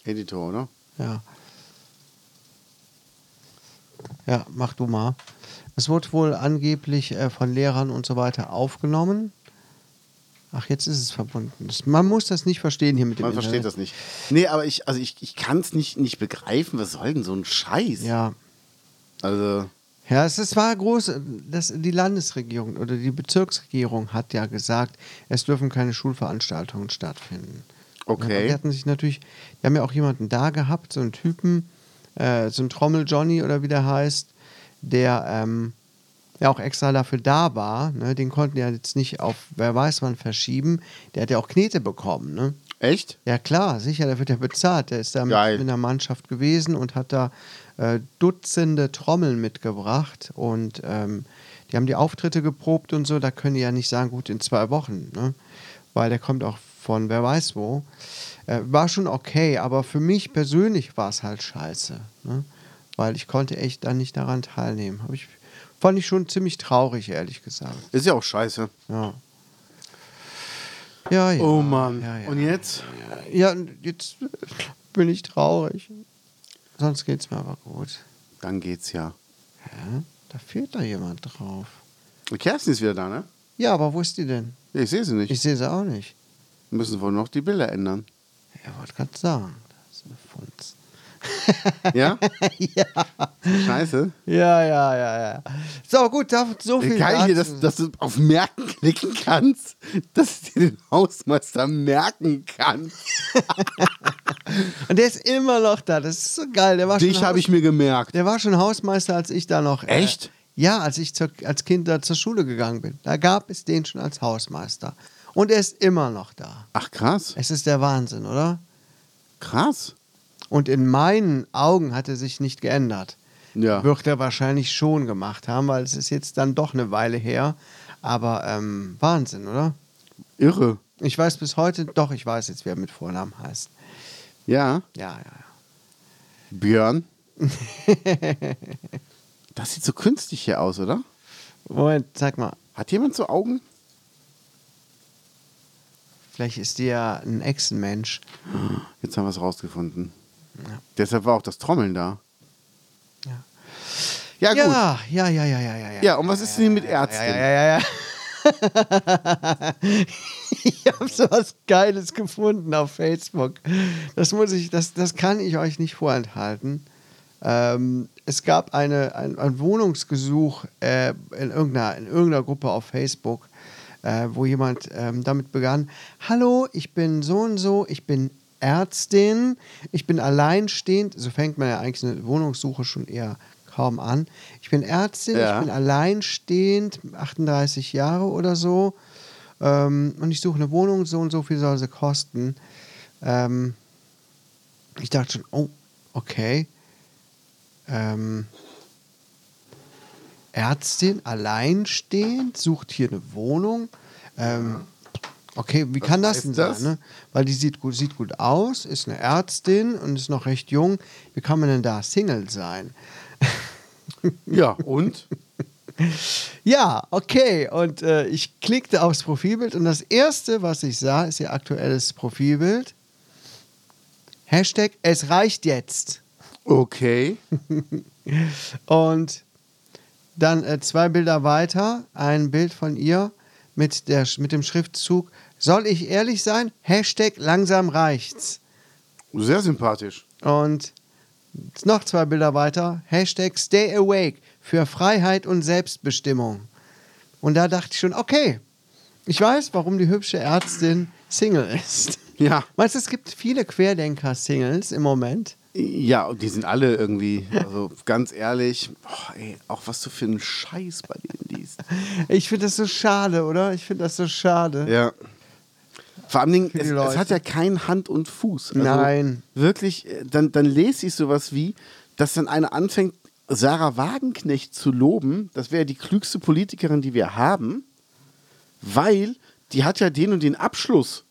Äh, Editor, oder? ja. Ja, mach du mal. Es wurde wohl angeblich äh, von Lehrern und so weiter aufgenommen. Ach, jetzt ist es verbunden. Das, man muss das nicht verstehen hier mit dem Man versteht Internet. das nicht. Nee, aber ich, also ich, ich kann es nicht, nicht begreifen. Was soll denn so ein Scheiß? Ja. Also. Ja, es ist, war groß. Das, die Landesregierung oder die Bezirksregierung hat ja gesagt, es dürfen keine Schulveranstaltungen stattfinden. Okay. Aber Die hatten sich natürlich, die haben ja auch jemanden da gehabt, so einen Typen, äh, so einen Trommel-Johnny oder wie der heißt, der ähm, ja auch extra dafür da war. Ne? Den konnten die ja jetzt nicht auf wer weiß wann verschieben. Der hat ja auch Knete bekommen. Ne? Echt? Ja klar, sicher, der wird ja bezahlt. Der ist da mit Geil. in der Mannschaft gewesen und hat da äh, Dutzende Trommeln mitgebracht und ähm, die haben die Auftritte geprobt und so. Da können die ja nicht sagen, gut, in zwei Wochen, ne? weil der kommt auch von wer weiß wo. Äh, war schon okay, aber für mich persönlich war es halt scheiße, ne? weil ich konnte echt dann nicht daran teilnehmen. Hab ich, fand ich schon ziemlich traurig, ehrlich gesagt. Ist ja auch scheiße. Ja. Ja, ja. Oh Mann. Ja, ja. Und jetzt? Ja, und jetzt bin ich traurig. Sonst geht's mir aber gut. Dann geht's ja. Hä? Da fehlt da jemand drauf. Und Kerstin ist wieder da, ne? Ja, aber wo ist die denn? Nee, ich sehe sie nicht. Ich sehe sie auch nicht. Wir müssen wohl noch die Bilder ändern. Er wollte gerade sagen. Das ist eine Funz. Ja? ja. Scheiße. Ja, ja, ja, ja. So, gut, da, so viel. Geil hier, dazu. dass, dass du auf Merken klicken kannst, dass du dir den Hausmeister merken kannst. Und der ist immer noch da. Das ist so geil. Der war schon Dich habe Haus- ich mir gemerkt. Der war schon Hausmeister, als ich da noch. äh, Echt? Ja, als ich zur, als Kind da zur Schule gegangen bin. Da gab es den schon als Hausmeister. Und er ist immer noch da. Ach krass, Es ist der Wahnsinn, oder? krass. Und in meinen Augen hat er sich nicht geändert. Ja. wird er wahrscheinlich schon gemacht haben, weil es ist jetzt dann doch eine Weile her. Aber ähm, Wahnsinn, oder? Irre. Ich weiß bis heute, doch, ich weiß jetzt, wer mit Vornamen heißt. Ja. Ja, ja, ja. Björn. das sieht so künstlich hier aus, oder? Moment, sag mal, Hat jemand so Augen? vielleicht ist die ja ein Echsenmensch. Jetzt haben wir es rausgefunden. Deshalb war auch das Trommeln da. Ja. Ja, gut. um Ja, Ja, ja, ja, ja, ja, ja. und was ist denn mit Ärzten? ja, ja, ja, ja. ich habe so was Geiles gefunden auf Facebook. Das muss ich, das, das kann ich euch nicht vorenthalten. Ähm, es gab eine, ein, ein Wohnungsgesuch äh, in, irgendeiner, in irgendeiner Gruppe auf Facebook, äh, wo jemand ähm, damit begann: Hallo, ich bin so und so, ich bin Ärztin, ich bin alleinstehend. So fängt man ja eigentlich eine Wohnungssuche schon eher kaum an. Ich bin Ärztin, Ja. ich bin alleinstehend, 38 Jahre oder so. Ähm, und ich suche eine Wohnung, so und so viel soll sie kosten. Ähm, ich dachte schon, oh, okay. Ähm, Ärztin, alleinstehend, sucht hier eine Wohnung. Ähm, okay, wie kann das heißt denn sein? das? Ne? Weil die sieht gut, sieht gut aus, ist eine Ärztin und ist noch recht jung. Wie kann man denn da Single sein? ja, und? Ja, okay. Und äh, ich klickte aufs Profilbild und das erste, was ich sah, ist ihr aktuelles Profilbild. Hashtag es reicht jetzt. Okay. Und dann äh, zwei Bilder weiter, ein Bild von ihr mit, der, Sch- mit dem Schriftzug Soll ich ehrlich sein? Hashtag langsam reicht's. Sehr sympathisch. Und noch zwei Bilder weiter. Hashtag Stay Awake für Freiheit und Selbstbestimmung. Und da dachte ich schon, okay, ich weiß, warum die hübsche Ärztin Single ist. Ja. Meinst du, es gibt viele Querdenker-Singles im Moment? Ja, und die sind alle irgendwie, also ganz ehrlich, boah, ey, auch was du für einen Scheiß bei denen liest. Ich finde das so schade, oder? Ich finde das so schade. Ja. Vor allen Dingen, die es, es Leute. hat ja kein Hand und Fuß. Also Nein. Wirklich, äh, dann, dann lese ich sowas wie, dass dann einer anfängt, Sarah Wagenknecht zu loben. Das wäre die klügste Politikerin, die wir haben, weil die hat ja den und den Abschluss.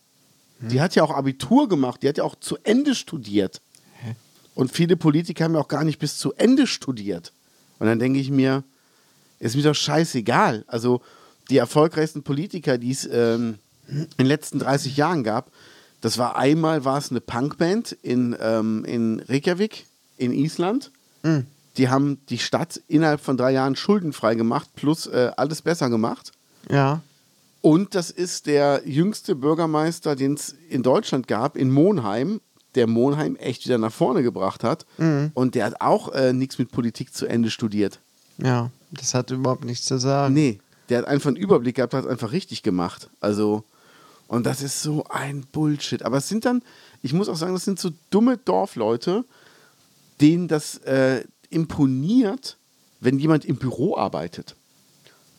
Hm. Die hat ja auch Abitur gemacht, die hat ja auch zu Ende studiert. Und viele Politiker haben ja auch gar nicht bis zu Ende studiert. Und dann denke ich mir, ist mir doch scheißegal. Also die erfolgreichsten Politiker, die es ähm, in den letzten 30 Jahren gab, das war einmal war es eine Punkband in, ähm, in Reykjavik in Island. Die haben die Stadt innerhalb von drei Jahren schuldenfrei gemacht, plus äh, alles besser gemacht. Ja. Und das ist der jüngste Bürgermeister, den es in Deutschland gab, in Monheim, der Monheim echt wieder nach vorne gebracht hat. Und der hat auch äh, nichts mit Politik zu Ende studiert. Ja. Das hat überhaupt nichts zu sagen. Nee, der hat einfach einen Überblick gehabt, hat es einfach richtig gemacht. Also, und das ist so ein Bullshit. Aber es sind dann, ich muss auch sagen, das sind so dumme Dorfleute, denen das äh, imponiert, wenn jemand im Büro arbeitet.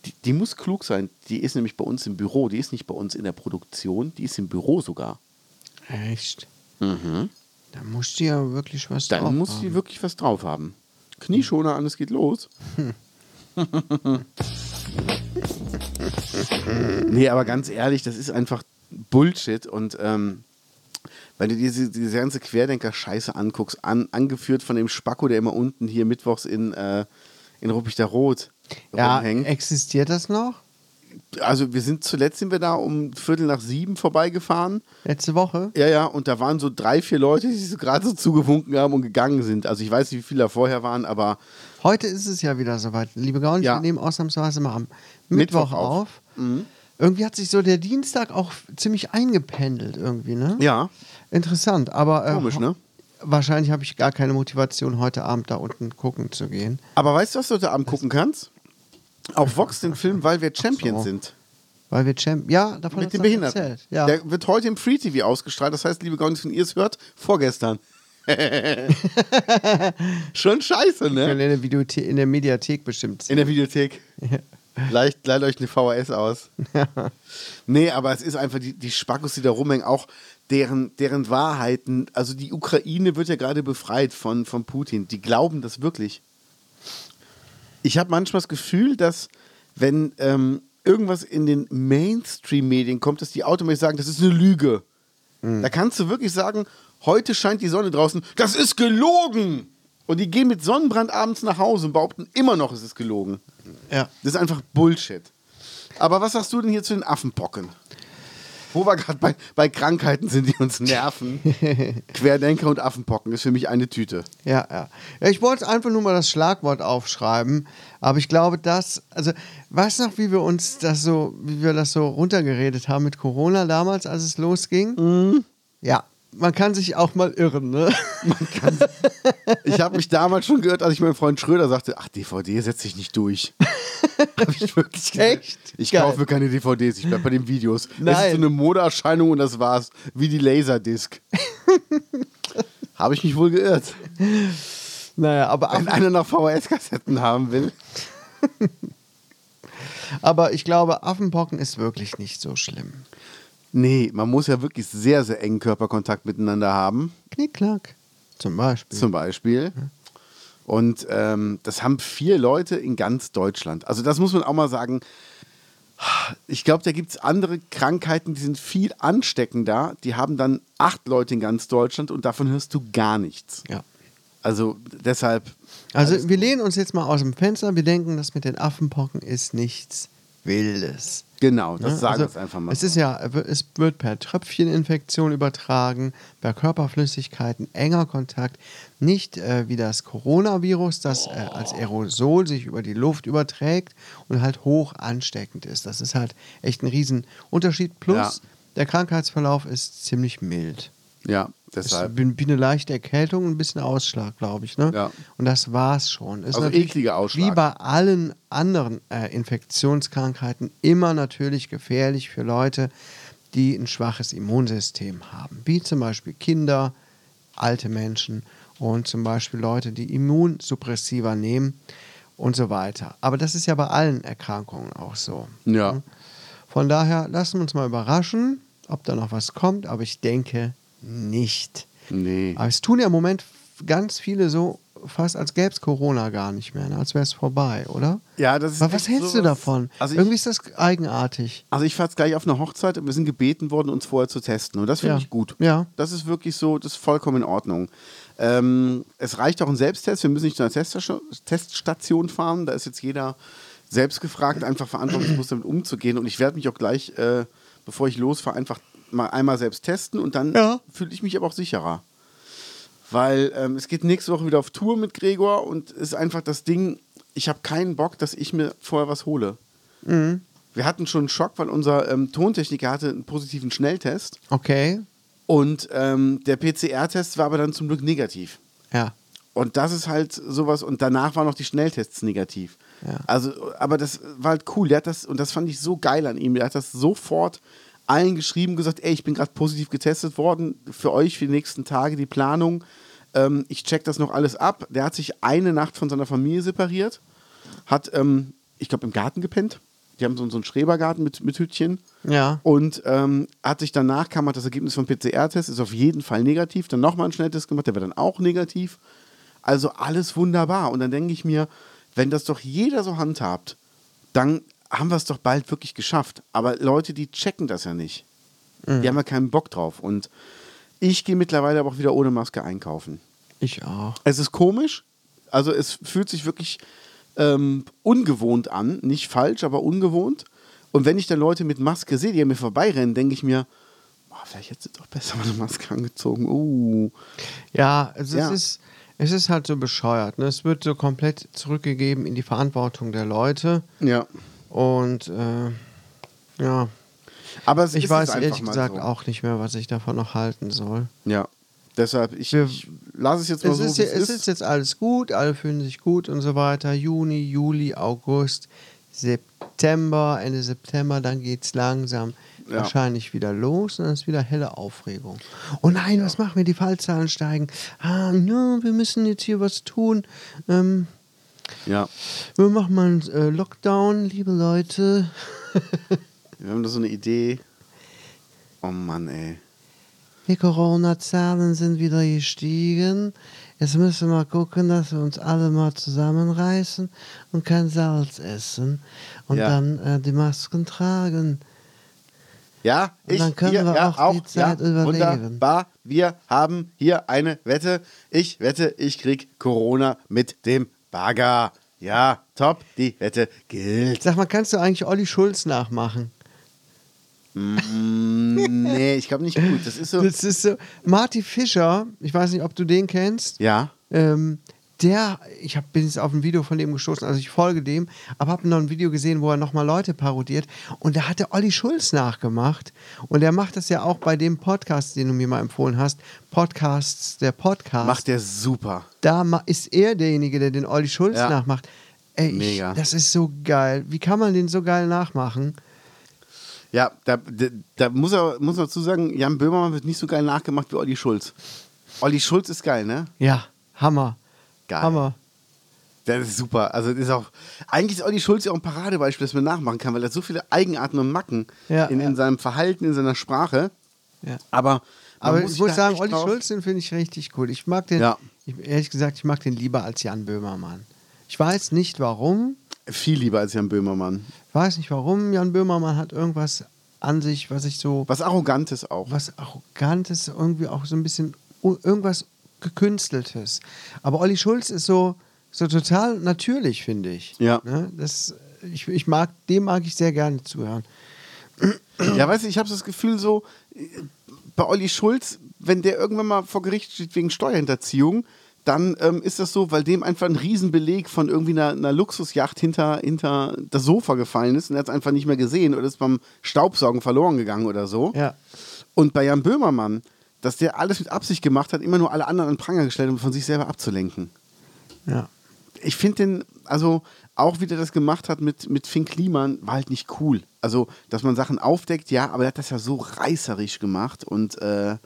Die, die muss klug sein. Die ist nämlich bei uns im Büro, die ist nicht bei uns in der Produktion, die ist im Büro sogar. Echt? Da musst du ja wirklich was Mhm. Dann drauf muss haben. die wirklich was drauf haben. Knieschoner an, es geht los. nee, aber ganz ehrlich, das ist einfach Bullshit. Und ähm, wenn du dir diese, diese ganze Querdenker-Scheiße anguckst, an, angeführt von dem Spacko, der immer unten hier mittwochs in, äh, in Ruppichter Rot Ja, äh, rumhängt. existiert das noch? Also wir sind zuletzt sind wir da um Viertel nach sieben vorbeigefahren. Letzte Woche? Ja, ja, und da waren so drei, vier Leute, die sich so gerade so zugewunken haben und gegangen sind. Also ich weiß nicht, wie viele da vorher waren, aber Heute ist es ja wieder soweit. Liebe Gaunis, Ja. wir nehmen ausnahmsweise mal am Mittwoch Mittwoch, auf. Mhm. auf. Irgendwie hat sich so der Dienstag auch ziemlich eingependelt irgendwie, ne? ja. Interessant, aber... äh, Komisch, ne? Wahrscheinlich habe ich gar keine Motivation, heute Abend da unten gucken zu gehen. Aber weißt du, was du heute Abend gucken kannst? Auf Vox den Film, weil wir Champions so. sind. Weil wir Champ... Ja, davon Mit hast den du Behinderten. erzählt. Ja. Der wird heute im Free TV ausgestrahlt. Das heißt, liebe Gaunis, wenn ihr es hört, vorgestern. Schon scheiße, Können ne? in, der Videothe in der Mediathek bestimmt In sehen. der Videothek. Leicht, leiht euch eine VHS aus. nee, aber es ist einfach die, die Spackos, die da rumhängen, auch deren, deren Wahrheiten. Also die Ukraine wird ja gerade befreit von, von Putin. Die glauben das wirklich. ich habe manchmal das Gefühl, dass wenn ähm, irgendwas in den Mainstream-Medien kommt, dass die automatisch sagen, das ist eine Lüge. Da kannst du wirklich sagen, heute scheint die Sonne draußen, das ist gelogen. Und die gehen mit Sonnenbrand abends nach Hause und behaupten immer noch, es ist gelogen. Ja. Das ist einfach Bullshit. Aber was sagst du denn hier zu den Affenpocken? Wo wir gerade bei, bei Krankheiten sind, die uns nerven. Querdenker und Affenpocken ist für mich eine Tüte. Ja, ja. ja ich wollte einfach nur mal das Schlagwort aufschreiben, aber ich glaube, das, also, weißt du noch, wie wir uns das so, wie wir das so runtergeredet haben mit Corona damals, als es losging? Mhm. Ja. Man kann sich auch mal irren, ne? Ich habe mich damals schon gehört, als ich meinem Freund Schröder sagte, ach, DVD setzt sich nicht durch. habe ich wirklich gesagt. Echt? Ich Geil. kaufe keine DVDs, ich bleibe bei den Videos. Das ist Nein. so eine Modeerscheinung und das war's. Wie die Laserdisc. habe ich mich wohl geirrt. Naja, aber, Affen, Wenn einer noch VHS-Kassetten haben will. aber ich glaube, Affenpocken ist wirklich nicht so schlimm. Nee, man muss ja wirklich sehr, sehr engen Körperkontakt miteinander haben, Knickknack. Zum Beispiel. zum Beispiel. Und ähm, das haben vier Leute in ganz Deutschland. Also das muss man auch mal sagen. Ich glaube, da gibt es andere Krankheiten, die sind viel ansteckender. Die haben dann acht Leute in ganz Deutschland und davon hörst du gar nichts. ja. Also deshalb, Also wir lehnen uns jetzt mal aus dem Fenster. Wir denken, das mit den Affenpocken ist nichts Wildes. genau, das Ne? sagen wir Also, jetzt einfach mal. Es ist ja, es wird per Tröpfcheninfektion übertragen, per Körperflüssigkeiten, enger Kontakt, nicht äh, wie das Coronavirus, das äh, als Aerosol sich über die Luft überträgt und halt hoch ansteckend ist. Das ist halt echt ein Riesenunterschied. Plus Ja. der Krankheitsverlauf ist ziemlich mild. ja, Es ist deshalb. wie wie eine leichte Erkältung und ein bisschen Ausschlag, glaube ich. Ne? Ja. Und das war's schon. Ist Also natürlich ekliger Ausschlag. Wie bei allen anderen äh, Infektionskrankheiten immer natürlich gefährlich für Leute, die ein schwaches Immunsystem haben. Wie zum Beispiel Kinder, alte Menschen und zum Beispiel Leute, die Immunsuppressiva nehmen und so weiter. Aber das ist ja bei allen Erkrankungen auch so. Hm? Ja. Von daher lassen wir uns mal überraschen, ob da noch was kommt, aber ich denke nicht. Nee. Aber es tun ja im Moment ganz viele so fast, als gäbe es Corona gar nicht mehr, ne? als wäre es vorbei, oder? Ja, das ist Aber was echt hältst du sowas- davon? Also ich- Irgendwie ist das eigenartig. Also ich fahre jetzt gleich auf eine Hochzeit und wir sind gebeten worden, uns vorher zu testen. Und das finde Ja. ich gut. Ja. Das ist wirklich so, das ist vollkommen in Ordnung. Ähm, es reicht auch ein Selbsttest. Wir müssen nicht zu einer Teststa- Teststation fahren. Da ist jetzt jeder selbst gefragt, einfach verantwortungsbewusst damit umzugehen. Und ich werde mich auch gleich, äh, bevor ich losfahre, einfach mal einmal selbst testen. Und dann Ja. fühle ich mich aber auch sicherer. Weil ähm, es geht nächste Woche wieder auf Tour mit Gregor und es ist einfach das Ding, ich habe keinen Bock, dass ich mir vorher was hole. Wir hatten schon einen Schock, weil unser ähm, Tontechniker hatte einen positiven Schnelltest Okay, und ähm, der PCR-Test war aber dann zum Glück negativ. ja. Und das ist halt sowas und danach waren noch die Schnelltests negativ. Ja. Also, aber das war halt cool. Der hat das und das fand ich so geil an ihm. Der hat das sofort allen geschrieben, gesagt, ey, ich bin gerade positiv getestet worden für euch für die nächsten Tage die Planung. Ähm, ich check das noch alles ab. Der hat sich eine Nacht von seiner Familie separiert, hat, ähm, ich glaube, im Garten gepennt. Die haben so, so einen Schrebergarten mit, mit Hütchen. Ja. Und ähm, hat sich danach kam hat das Ergebnis vom PCR-Test, ist auf jeden Fall negativ. Dann nochmal einen Schnelltest gemacht, der war dann auch negativ. Also alles wunderbar. Und dann denke ich mir, wenn das doch jeder so handhabt, dann haben wir es doch bald wirklich geschafft. Aber Leute, die checken das ja nicht. Die haben ja keinen Bock drauf. Und ich gehe mittlerweile aber auch wieder ohne Maske einkaufen. Ich auch. Es ist komisch. Also es fühlt sich wirklich ähm, ungewohnt an. Nicht falsch, aber ungewohnt. Und wenn ich dann Leute mit Maske sehe, die an mir vorbeirennen, denke ich mir, boah, vielleicht hätte ich doch besser mal eine Maske angezogen. Uh. Ja, also Ja. Es, ist, es ist halt so bescheuert. Ne? Es wird so komplett zurückgegeben in die Verantwortung der Leute. Ja. Und äh, ja, Aber es ich ist weiß es einfach ehrlich mal gesagt so. auch nicht mehr, was ich davon noch halten soll. Ja. Deshalb, ich, Wir- ich lasse es jetzt mal Es so, ist, wie ja- es ist jetzt alles gut, alle fühlen sich gut und so weiter. Juni, Juli, August, September, Ende September, dann geht es langsam Ja. wahrscheinlich wieder los und dann ist wieder helle Aufregung. Oh nein, was machen wir? Die Fallzahlen steigen. Ah, ja, wir müssen jetzt hier was tun. Ähm, Ja. wir machen mal einen äh, Lockdown, liebe Leute. Wir haben da so eine Idee. Oh Mann, ey. Die Corona-Zahlen sind wieder gestiegen. Jetzt müssen wir gucken, dass wir uns alle mal zusammenreißen und kein Salz essen und Ja. dann äh, die Masken tragen. Ja, Und ich, dann können hier, wir ja, auch die Zeit überleben. Wunderbar, wir haben hier eine Wette. Ich wette, ich krieg Corona mit dem Bagger. Ja, top, die Wette gilt. Sag mal, kannst du eigentlich Olli Schulz nachmachen? Mm, nee, ich glaube nicht gut. Das ist so. Das ist so. Marty Fischer, ich weiß nicht, ob du den kennst. ja, Ähm, der, ich hab, bin jetzt auf ein Video von dem gestoßen, also ich folge dem, aber habe noch ein Video gesehen, wo er nochmal Leute parodiert. Und da hat der Olli Schulz nachgemacht. Und er macht das ja auch bei dem Podcast, den du mir mal empfohlen hast. Podcasts, der Podcast. macht der super. da ma- ist er derjenige, der den Olli Schulz Ja. nachmacht. Ey, ich, Mega. das ist so geil. Wie kann man den so geil nachmachen? Ja, da, da, da muss, er, muss man dazu sagen, Jan Böhmermann wird nicht so geil nachgemacht wie Olli Schulz. Olli Schulz ist geil, ne? Ja, Hammer. Geil. Hammer. Das ist super. Also das ist auch. Eigentlich ist Olli Schulz ja auch ein Paradebeispiel, das man nachmachen kann, weil er hat so viele Eigenarten und Macken Ja, in, ja. in seinem Verhalten, in seiner Sprache. Ja. Aber, man Aber sich ich muss da sagen, echt Olli drauf- Schulz, den finde ich richtig cool. Ich mag den, Ja. ich, ehrlich gesagt, ich mag den lieber als Jan Böhmermann. Ich weiß nicht warum. viel lieber als Jan Böhmermann. Ich weiß nicht warum. Jan Böhmermann hat irgendwas an sich, was ich so, Was Arrogantes auch. was Arrogantes, irgendwie auch so ein bisschen u- irgendwas Gekünsteltes. Aber Olli Schulz ist so, so total natürlich, finde ich. Ja. Ne? Das, ich, ich mag, dem mag ich sehr gerne zuhören. Ja, weißt du, ich habe das Gefühl so, äh, bei Olli Schulz, wenn der irgendwann mal vor Gericht steht wegen Steuerhinterziehung, dann ähm, ist das so, weil dem einfach ein Riesenbeleg von irgendwie einer, einer Luxusjacht hinter, hinter das Sofa gefallen ist und er hat es einfach nicht mehr gesehen oder ist beim Staubsaugen verloren gegangen oder so. Ja. Und bei Jan Böhmermann, dass der alles mit Absicht gemacht hat, immer nur alle anderen an den Pranger gestellt, um von sich selber abzulenken. Ja. Ich finde den, also auch wie der das gemacht hat mit, mit Finn Kliman, war halt nicht cool. Also, dass man Sachen aufdeckt, ja, aber der hat das ja so reißerisch gemacht und äh,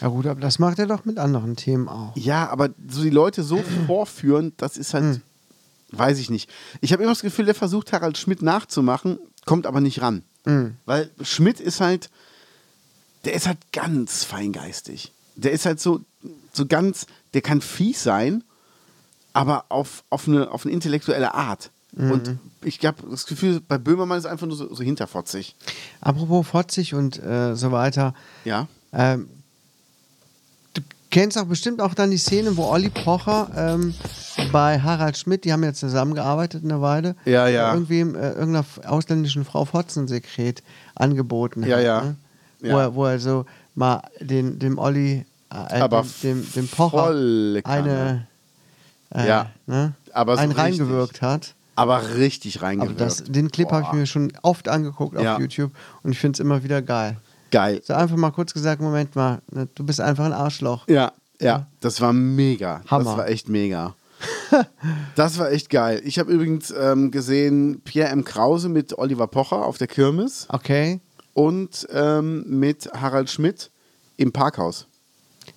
Ja gut, aber das macht er doch mit anderen Themen auch. ja, aber so die Leute so vorführen, das ist Hm. halt, weiß ich nicht. Ich habe immer das Gefühl, der versucht Harald Schmidt nachzumachen, kommt aber nicht ran. Hm. Weil Schmidt ist halt, der ist halt ganz feingeistig. Der ist halt so, so ganz, der kann fies sein, aber auf, auf, eine, auf eine intellektuelle Art. Mhm. Und ich habe das Gefühl, bei Böhmermann ist einfach nur so, so hinterfotzig. Apropos Fotzig und äh, so weiter. Ja. Ähm, du kennst auch bestimmt auch dann die Szene, wo Olli Pocher ähm, bei Harald Schmidt, die haben ja zusammengearbeitet eine Weile, Ja, ja. Irgendwem, äh, irgendeiner f- ausländischen Frau Fotzensekret angeboten Ja, hat. ja. Ne? Ja. Wo, er, wo er so mal den, dem Olli, äh, Aber dem, dem, dem Pocher volle eine, Kanne. äh, Ja. ne? Aber so einen richtig. reingewirkt hat. Aber richtig Aber reingewirkt. das, den Clip habe ich Boah. mir schon oft angeguckt auf Ja. YouTube und ich finde es immer wieder geil. Geil. So einfach mal kurz gesagt, Moment mal, ne, du bist einfach ein Arschloch. Ja, ja, das war mega. Hammer. Das war echt mega. das war echt geil. Ich habe übrigens ähm, gesehen Pierre M. Krause mit Oliver Pocher auf der Kirmes Okay, und ähm, mit Harald Schmidt im Parkhaus.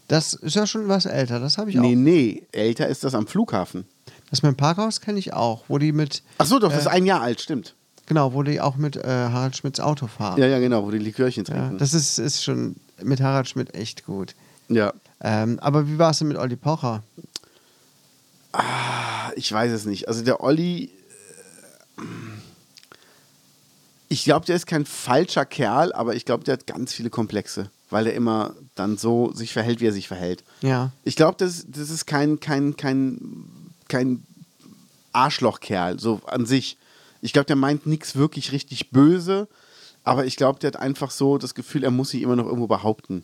das ist ja schon was älter, das habe ich Nee, auch. nee, älter ist das am Flughafen. Das mit dem Parkhaus kenne ich auch, wo die mit, Ach so, doch, Äh. das ist ein Jahr alt, stimmt. genau, wo die auch mit äh, Harald Schmidts Auto fahren. Ja, ja, genau, wo die Likörchen Ja, trinken. das ist, ist schon mit Harald Schmidt echt gut. Ja, Ähm, aber wie war es denn mit Olli Pocher? ich weiß es nicht. Also der Olli, äh, ich glaube, der ist kein falscher Kerl, aber ich glaube, der hat ganz viele Komplexe, weil er immer dann so sich verhält, wie er sich verhält. Ja. Ich glaube, das, das ist kein, kein, kein, kein Arschlochkerl, so an sich. Ich glaube, der meint nichts wirklich richtig böse, aber ich glaube, der hat einfach so das Gefühl, er muss sich immer noch irgendwo behaupten.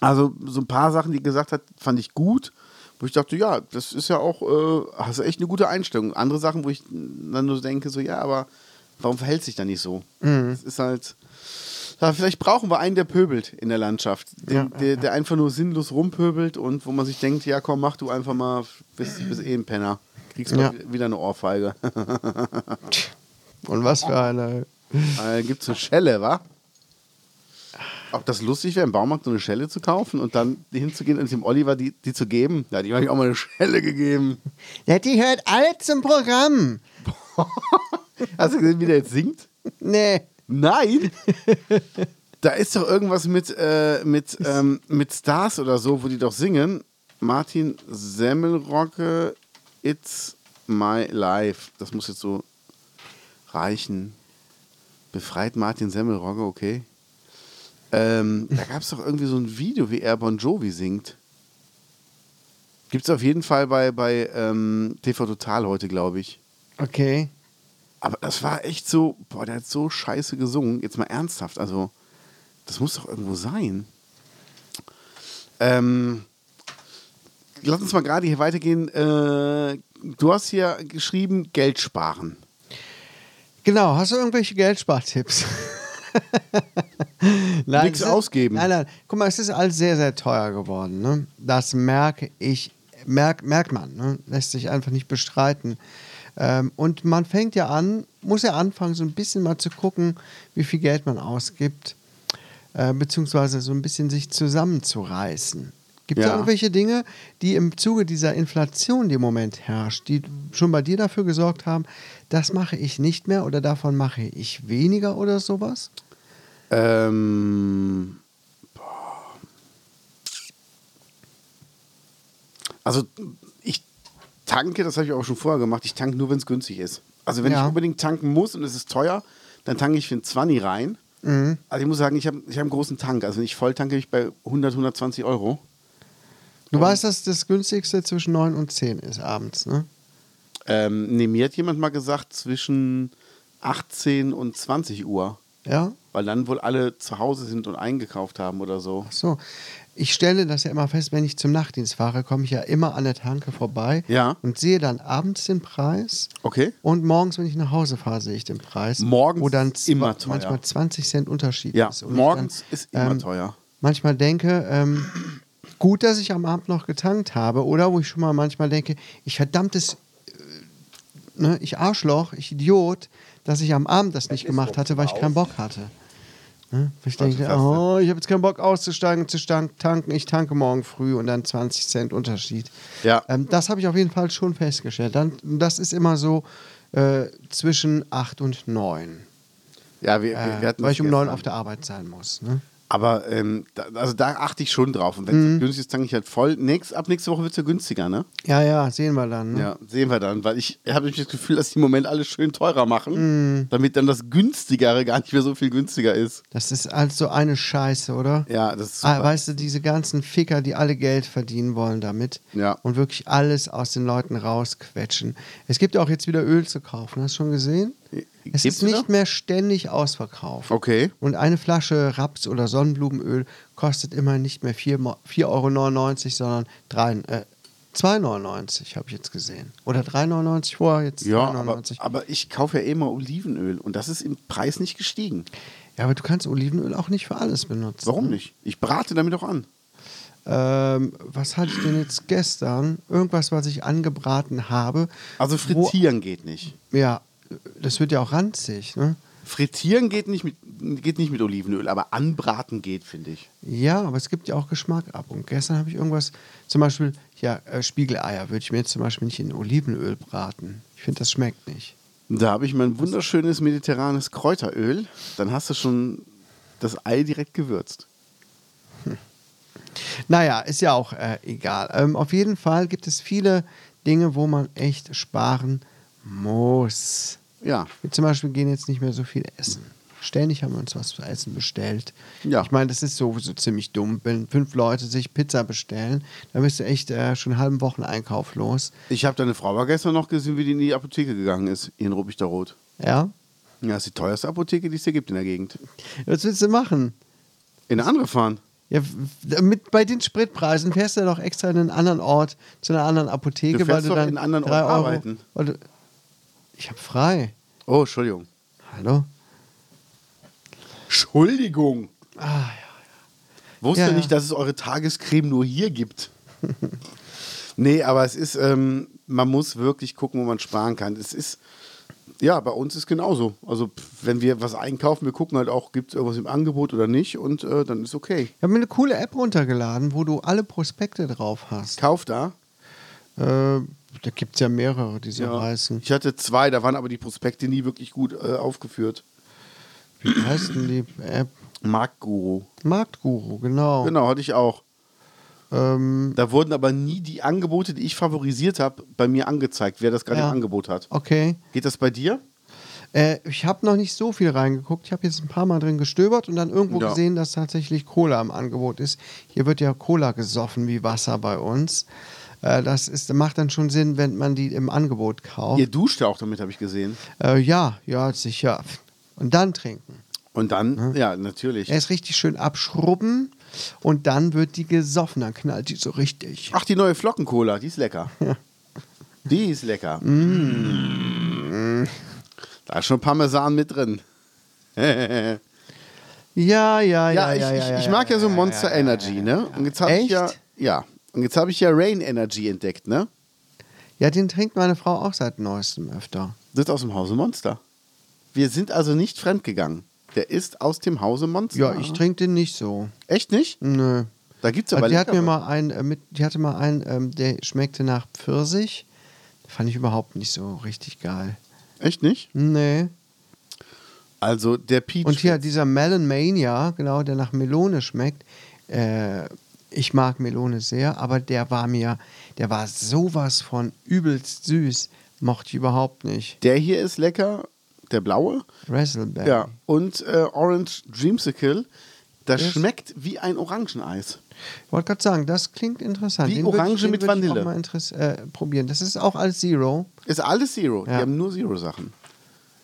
Also so ein paar Sachen, die er gesagt hat, fand ich gut, wo ich dachte, ja, das ist ja auch, äh, hast du echt eine gute Einstellung. Andere Sachen, wo ich dann nur denke, so, ja, aber warum verhält sich da nicht so? Das ist halt. Ja, vielleicht brauchen wir einen, der pöbelt in der Landschaft. Den, der, der einfach nur sinnlos rumpöbelt und wo man sich denkt, ja komm, mach du einfach mal, bist, bist eh ein Penner. Kriegst mal Ja. wi- wieder eine Ohrfeige. Und was für eine. Äh, gibt's eine Schelle, wa? Ob das lustig wäre, im Baumarkt so eine Schelle zu kaufen und dann hinzugehen und dem Oliver die, die zu geben? Ja, die habe ich auch mal eine Schelle gegeben. Ja, die hört alle zum Programm. Hast du gesehen, wie der jetzt singt? Nee. Nein! Da ist doch irgendwas mit, äh, mit, ähm, mit Stars oder so, wo die doch singen. Martin Semmelrocke, It's My Life. Das muss jetzt so reichen. Befreit Martin Semmelrogge, okay. Ähm, da gab es doch irgendwie so ein Video, wie er Bon Jovi singt. Gibt es auf jeden Fall bei, bei ähm, TV Total heute, glaube ich. Okay. Aber das war echt so, boah, der hat so scheiße gesungen. Jetzt mal ernsthaft, also das muss doch irgendwo sein. Ähm, lass uns mal gerade hier weitergehen. Äh, du hast hier geschrieben, Geld sparen. Genau, hast du irgendwelche Geldspartipps? Nein, Nichts es ist- ausgeben. Nein, nein. Guck mal, es ist alles sehr, sehr teuer geworden. Ne? Das merke ich, merk, merkt man. Ne? Lässt sich einfach nicht bestreiten. Ähm, und man fängt ja an, muss ja anfangen, so ein bisschen mal zu gucken, wie viel Geld man ausgibt. Äh, beziehungsweise so ein bisschen sich zusammenzureißen. Gibt es Ja. irgendwelche Dinge, die im Zuge dieser Inflation, die im Moment herrscht, die schon bei dir dafür gesorgt haben, das mache ich nicht mehr oder davon mache ich weniger oder sowas? Ähm, boah. also ich tanke, das habe ich auch schon vorher gemacht, ich tanke nur, wenn es günstig ist. Also wenn Ja. ich unbedingt tanken muss und es ist teuer, dann tanke ich für einen 20 rein. Also ich muss sagen, ich habe ich hab einen großen Tank. Also wenn ich voll tanke, bin ich bei 100, 120 Euro. Du weißt, dass das günstigste zwischen 9 und 10 ist abends, ne? Ähm, nee, mir hat jemand mal gesagt, zwischen 18 und 20 Uhr. Ja? Weil dann wohl alle zu Hause sind und eingekauft haben oder so. Ach so. Ich stelle das ja immer fest, wenn ich zum Nachtdienst fahre, komme ich ja immer an der Tanke vorbei Ja. und sehe dann abends den Preis. Okay. Und morgens, wenn ich nach Hause fahre, sehe ich den Preis. Morgens wo dann ist immer teuer. manchmal 20 Cent Unterschied Ja, ist. Und ich morgens dann, ist immer ähm, teuer. Manchmal denke, ähm, gut, dass ich am Abend noch getankt habe. Oder wo ich schon mal manchmal denke, ich verdammtes, äh, ne, ich Arschloch, ich Idiot, dass ich am Abend das nicht gemacht hatte, weil ich keinen Bock hatte. Ne? Wo Ich denke, klasse. oh, ich habe jetzt keinen Bock auszusteigen, zu stank- tanken, ich tanke morgen früh und dann 20 Cent Unterschied. Ja. Ähm, das habe ich auf jeden Fall schon festgestellt. Dann, das ist immer so äh, zwischen 8 und 9. Ja, wir, Äh, wir, wir hatten weil das ich um 9 gestern. auf der Arbeit sein muss. Ne? Aber ähm, da, also da achte ich schon drauf. Und Mhm. wenn es günstig ist, tanke ich halt voll. Nächst, ab nächste Woche wird es ja günstiger, ne? Ja, ja, sehen wir dann. Ne? Ja, sehen wir dann. Weil ich habe nämlich das Gefühl, dass die im Moment alles schön teurer machen, Mhm. damit dann das günstigere gar nicht mehr so viel günstiger ist. Das ist also eine Scheiße, oder? Ja, das ist super. Ah, weißt du, diese ganzen Ficker, die alle Geld verdienen wollen damit Ja. und wirklich alles aus den Leuten rausquetschen. Es gibt auch jetzt wieder Öl zu kaufen, hast du schon gesehen? G- Es Äh, gibt's ist nicht wieder? mehr ständig ausverkauft. Okay. Und eine Flasche Raps- oder Sonnenblumenöl kostet immer nicht mehr 4 Mo- 4,99 Euro, sondern 3, äh, 2,99 habe ich jetzt gesehen. Oder 3,99 vorher, jetzt ja, 2,99. aber, aber ich kaufe ja eh mal Olivenöl und das ist im Preis nicht gestiegen. ja, aber du kannst Olivenöl auch nicht für alles benutzen. Warum nicht? Ich brate damit auch an. Ähm, was hatte ich denn jetzt gestern? Irgendwas, was ich angebraten habe. Also frittieren geht nicht. Wo, ja, das wird ja auch ranzig, ne? Frittieren geht nicht, mit, geht nicht mit Olivenöl, aber anbraten geht, finde ich. Ja, aber es gibt ja auch Geschmack ab. Und gestern habe ich irgendwas, zum Beispiel, ja, äh, Spiegeleier würde ich mir jetzt zum Beispiel nicht in Olivenöl braten. Ich finde, das schmeckt nicht. Da habe ich mein wunderschönes mediterranes Kräuteröl. Dann hast du schon das Ei direkt gewürzt. Naja, ist ja auch äh, egal. Ähm, auf jeden Fall gibt es viele Dinge, wo man echt sparen muss. Ja. Wir zum Beispiel gehen jetzt nicht mehr so viel essen. Ständig haben wir uns was zu essen bestellt. Ja. Ich meine, das ist sowieso ziemlich dumm, wenn fünf Leute sich Pizza bestellen, dann bist du echt äh, schon einen halben Wocheneinkauf los. Ich habe deine Frau war gestern noch gesehen, wie die in die Apotheke gegangen ist, hier in Rubichter Rot. Ja? Ja, ist die teuerste Apotheke, die es hier gibt in der Gegend. Was willst du machen? In eine andere fahren. Ja, f- mit, bei den Spritpreisen fährst du ja doch extra in einen anderen Ort, zu einer anderen Apotheke, Du weil fährst du doch dann in einen anderen drei Ort Euro, arbeiten. Weil du- ich habe frei. Oh, Entschuldigung. Hallo? Entschuldigung. Ah, Wusste Ja, ja. nicht, dass es eure Tagescreme nur hier gibt. nee, aber es ist, ähm, man muss wirklich gucken, wo man sparen kann. Es ist, ja, bei uns ist genauso. Also, pff, wenn wir was einkaufen, wir gucken halt auch, gibt es irgendwas im Angebot oder nicht und äh, dann ist okay. Ich habe mir eine coole App runtergeladen, wo du alle Prospekte drauf hast. Kauf da. Äh, da gibt es ja mehrere, die so heißen. Ich hatte zwei, da waren aber die Prospekte nie wirklich gut äh, aufgeführt. Wie heißt denn die App? Marktguru. Oh. Marktguru, genau. Genau, hatte ich auch. Ähm, Da wurden aber nie die Angebote, die ich favorisiert habe, bei mir angezeigt, wer das gerade Ja. Oh. im Angebot hat. okay. Geht das bei dir? Äh, ich habe noch nicht so viel reingeguckt. Ich habe jetzt ein paar Mal drin gestöbert und dann irgendwo Ja. gesehen, dass tatsächlich Cola im Angebot ist. Hier wird ja Cola gesoffen wie Wasser bei uns. Äh, das ist, macht dann schon Sinn, wenn man die im Angebot kauft. Ihr duscht ja auch damit, habe ich gesehen. Äh, ja, ja, sicher. Und dann trinken. Und dann, ja, natürlich. Erst richtig schön abschrubben und dann wird die gesoffen. Dann knallt die so richtig. Ach, die neue Flockencola, die ist lecker. Die ist lecker. Mm. Da ist schon Parmesan mit drin. ja, Ja, ja, ja. ich, ja, ich, ja, ich mag ja so ja, Monster ja, ja, Energy, ja, ne? Und jetzt habe ich Echt? ja, ja. Und jetzt habe ich ja Rain Energy entdeckt, ne? Ja, den trinkt meine Frau auch seit neuestem öfter. Das ist aus dem Hause Monster. Wir sind also nicht fremdgegangen. Der ist aus dem Hause Monster. Ja, ich trinke den nicht so. Echt nicht? Nö. Da gibt's Also aber die hat mir leckere. mal einen, äh, mit, die hatte mal einen, ähm, der schmeckte nach Pfirsich. Fand ich überhaupt nicht so richtig geil. Echt nicht? Nee. Also der Peach. Und hier dieser Melon Mania, genau, der nach Melone schmeckt. Äh, ich mag Melone sehr, aber der war mir, der war sowas von übelst süß. Mochte ich überhaupt nicht. der hier ist lecker, der blaue. Razzleberry. Ja. Und äh, Orange Dreamsicle, das Yes. schmeckt wie ein Orangeneis. Ich wollte gerade sagen, das klingt interessant. Wie Den würd ich- Orange den mit würd ich auch Vanille. mal interess- äh, probieren. Das ist auch als Zero. Ist alles Zero. Die Ja. haben nur Zero-Sachen.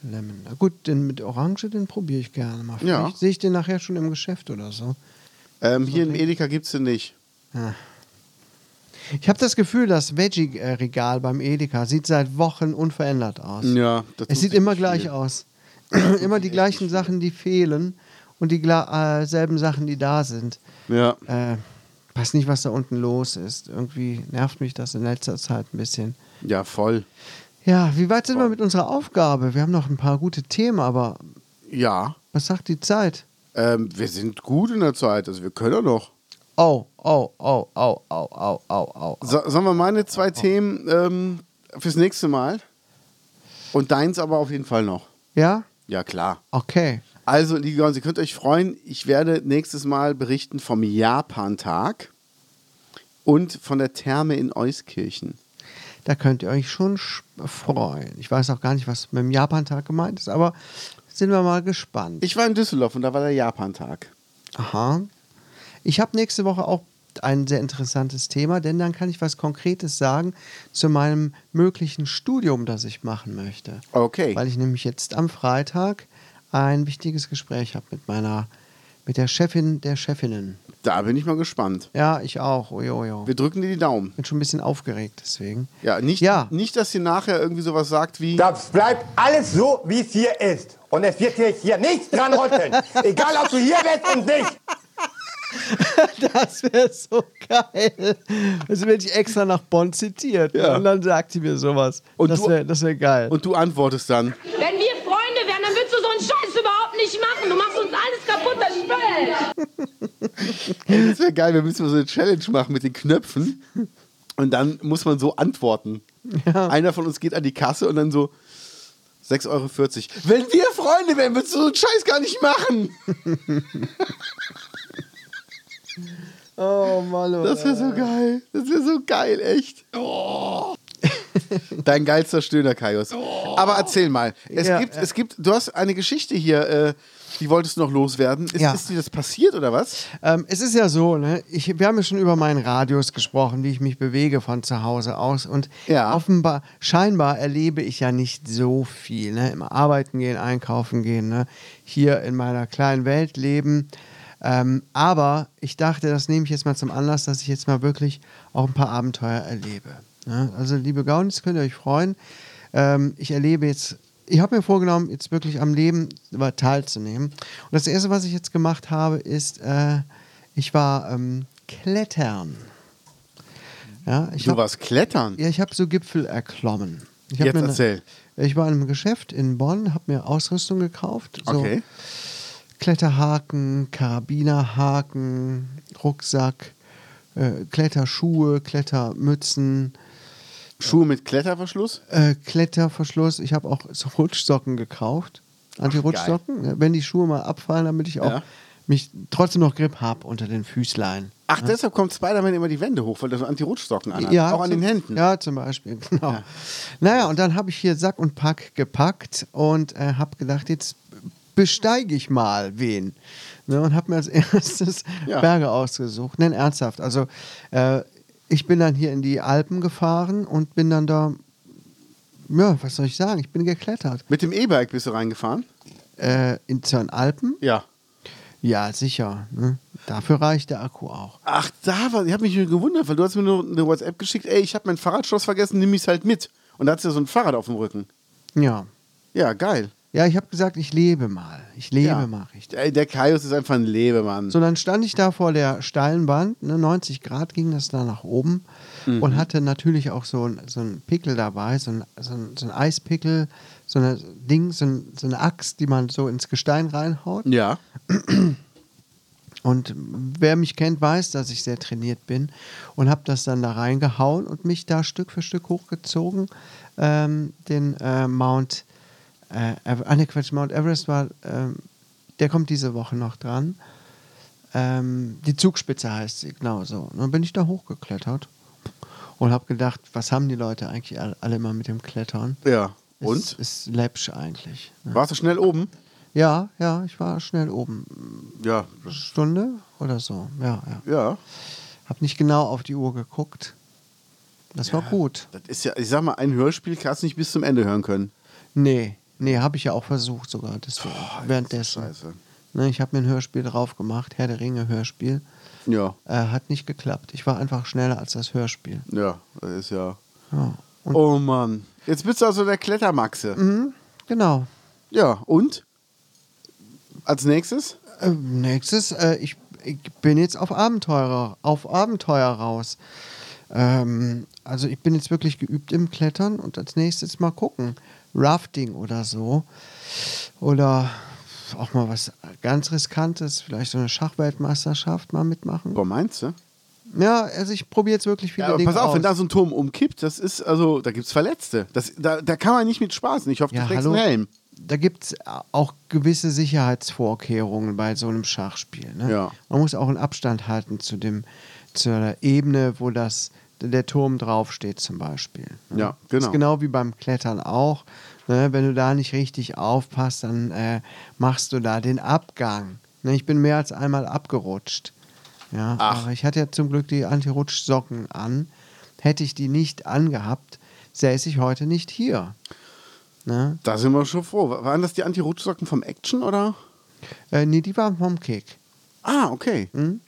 Lemon. Na gut, den mit Orange, den probiere ich gerne mal. Ja. Vielleicht sehe ich den nachher schon im Geschäft oder so. Ähm, hier im Edeka gibt es den nicht. Ah. Ich habe das Gefühl, das Veggie-Regal beim Edeka sieht seit Wochen unverändert aus. Ja, das tut es sieht sich immer nicht gleich viel. aus. immer die gleichen Sachen, die fehlen und die gla- äh, selben Sachen, die da sind. Ja. Äh, weiß nicht, was da unten los ist. Irgendwie nervt mich das in letzter Zeit ein bisschen. Ja, voll. Ja, wie weit sind wir mit unserer Aufgabe? Wir haben noch ein paar gute Themen, aber Ja. was sagt die Zeit? Ähm, wir sind gut in der Zeit. Also wir können ja noch. Oh, oh, oh, oh, oh, oh, oh, oh. So, sagen wir meine zwei Themen ähm, fürs nächste Mal. Und deins aber auf jeden Fall noch. Ja? Ja, klar. Okay. Also, liebe Gons, ihr könnt euch freuen. Ich werde nächstes Mal berichten vom Japan-Tag und von der Therme in Euskirchen. Da könnt ihr euch schon sch- freuen. Ich weiß auch gar nicht, was mit dem Japan-Tag gemeint ist, aber sind wir mal gespannt. Ich war in Düsseldorf und da war der Japan-Tag. Aha. Ich habe nächste Woche auch ein sehr interessantes Thema, denn dann kann ich was Konkretes sagen zu meinem möglichen Studium, das ich machen möchte. Okay. Weil ich nämlich jetzt am Freitag ein wichtiges Gespräch habe mit meiner, mit der Chefin der Chefinnen. Da bin ich mal gespannt. Ja, ich auch. Ojojo. Wir drücken dir die Daumen. Bin schon ein bisschen aufgeregt deswegen. Ja, nicht, Ja. nicht dass ihr nachher irgendwie sowas sagt wie. Das bleibt alles so, wie es hier ist. Und es wird sich hier nichts dran rütteln. Egal, ob du hier bist und nicht. Das wäre so geil. Also werde ich extra nach Bonn zitiert. Ja. Und dann sagt sie mir sowas. Und das du- wäre das wär geil. Und du antwortest dann. Wenn wir Freunde wären, dann würdest du so einen Scheiß überhaupt nicht machen. Du machst uns alles kaputt, das Spiel. Ey, das wäre geil, wir müssen mal so eine Challenge machen mit den Knöpfen. Und dann muss man so antworten. Einer von uns geht an die Kasse und dann so 6,40 Euro. Wenn wir Freunde wären, würdest du so einen Scheiß gar nicht machen. oh Mann. oh. Das wäre so geil. Das wäre so geil, echt. Oh. Dein geilster Stöhner, Kaios. Aber erzähl mal. Es, Oh. Ja, gibt, ja. es gibt, du hast eine Geschichte hier, äh, die wolltest du noch loswerden. Ist, Ja. ist dir das passiert oder was? Ähm, es ist ja so, ne? ich, wir haben ja schon über meinen Radius gesprochen, wie ich mich bewege von zu Hause aus. Und Ja. offenbar, scheinbar erlebe ich ja nicht so viel. Ne? Im Arbeiten gehen, einkaufen gehen, ne? hier in meiner kleinen Welt leben. Ähm, aber ich dachte, das nehme ich jetzt mal zum Anlass, dass ich jetzt mal wirklich auch ein paar Abenteuer erlebe. Ne? Also, liebe Gaunis, könnt ihr euch freuen. Ähm, ich erlebe jetzt, ich habe mir vorgenommen, jetzt wirklich am Leben über- teilzunehmen. Und das Erste, was ich jetzt gemacht habe, ist, äh, ich war ähm, klettern. Ja, ich Du hab- warst klettern. ja, ich habe so Gipfel erklommen. Ich hab Jetzt mir erzähl. ich war in einem Geschäft in Bonn, habe mir Ausrüstung gekauft. So Okay. Kletterhaken, Karabinerhaken, Rucksack, äh, Kletterschuhe, Klettermützen, Schuhe mit Kletterverschluss? äh, Kletterverschluss. Ich habe auch so Rutschsocken gekauft. Anti-Rutschsocken. ne? Wenn die Schuhe mal abfallen, damit ich auch Ja. ein mich trotzdem noch Grip habe unter den Füßlein. Ach, deshalb kommt Spider-Man immer die Wände hoch, weil er so Anti-Rutschsocken anhat. auch an zum- den Händen. Ja, zum Beispiel, genau. Naja, und dann habe ich hier Sack und Pack gepackt und äh, habe gedacht, jetzt besteige ich mal wen. Ne, und habe mir als erstes Ja. Berge ausgesucht. Nein, ernsthaft. Also, äh, ich bin dann hier in die Alpen gefahren und bin dann da, ja, was soll ich sagen, ich bin geklettert. Mit dem E-Bike bist du reingefahren? Äh, in zu den Alpen? Ja. Ja, sicher. Ne? Dafür reicht der Akku auch. Ach, da war, ich habe mich nur gewundert, weil du hast mir nur eine WhatsApp geschickt, ey, ich habe mein Fahrradschloss vergessen, nimm ich's halt mit. Und da hat ja so ein Fahrrad auf dem Rücken. Ja. Ja, geil. Ja, ich habe gesagt, ich lebe mal. Ich lebe ja. mal richtig. Ey, der Kaius ist einfach ein Lebemann. So, dann stand ich da vor der steilen Wand, ne, 90 Grad ging das da nach oben und hatte natürlich auch so, ein- so einen Pickel dabei, so ein, so ein, so ein Eispickel, so ein Ding, so, ein, so eine Axt, die man so ins Gestein reinhaut. Ja. Und wer mich kennt, weiß, dass ich sehr trainiert bin und habe das dann da reingehauen und mich da Stück für Stück hochgezogen. Ähm, den äh, Mount, äh, Ever- ah, nee, Quatsch, Mount Everest war, ähm, der kommt diese Woche noch dran. Ähm, die Zugspitze heißt sie, genau so. Und dann bin ich da hochgeklettert und habe gedacht, was haben die Leute eigentlich all- alle immer mit dem Klettern? Ja. Ist, Und? ist läppsch eigentlich. ne? Warst du schnell oben? Ja, ja, ich war schnell oben. Ja. Stunde oder so, ja, ja. Ja. Hab nicht genau auf die Uhr geguckt. Das war gut. Das ist ja, ich sag mal, ein Hörspiel kannst du nicht bis zum Ende hören können. Nee, nee, habe ich ja auch versucht sogar. Deswegen, währenddessen. scheiße. Ne, ich habe mir ein Hörspiel drauf gemacht, Herr der Ringe Hörspiel. Ja. Äh, hat nicht geklappt. Ich war einfach schneller als das Hörspiel. Ja, das ist ja. Ja. Und Oh Mann. Jetzt bist du also der Klettermaxe. mhm, genau. Ja, und? Als nächstes? Äh, nächstes, äh, ich, ich bin jetzt auf Abenteurer, auf Abenteuer raus. Ähm, also ich bin jetzt wirklich geübt im Klettern und als nächstes mal gucken. Rafting oder so. Oder auch mal was ganz Riskantes, vielleicht so eine Schachweltmeisterschaft mal mitmachen. Boah, meinst du? Ja, also ich probiere jetzt wirklich viele Ja, aber Dinge pass auf, aus. wenn da so ein Turm umkippt, das ist, also, da gibt's Verletzte. Das, da, da kann man nicht mit spaßen. Ich hoffe, du ja, trägst hallo. einen Helm. Da gibt es auch gewisse Sicherheitsvorkehrungen bei so einem Schachspiel. Ne? Ja. Man muss auch einen Abstand halten zu dem, zur Ebene, wo das, der Turm draufsteht, zum Beispiel. ne? Ja, Das genau. ist genau wie beim Klettern auch. Ne? Wenn du da nicht richtig aufpasst, dann äh, machst du da den Abgang. Ne? Ich bin mehr als einmal abgerutscht. Ja, Ach. aber ich hatte ja zum Glück die Anti-Rutsch-Socken an. Hätte ich die nicht angehabt, säße ich heute nicht hier. Ne? Da sind wir schon froh. Wa- Waren das die Anti-Rutschsocken vom Action oder? Äh, nee, die waren vom Kick. Ah, okay. Mhm.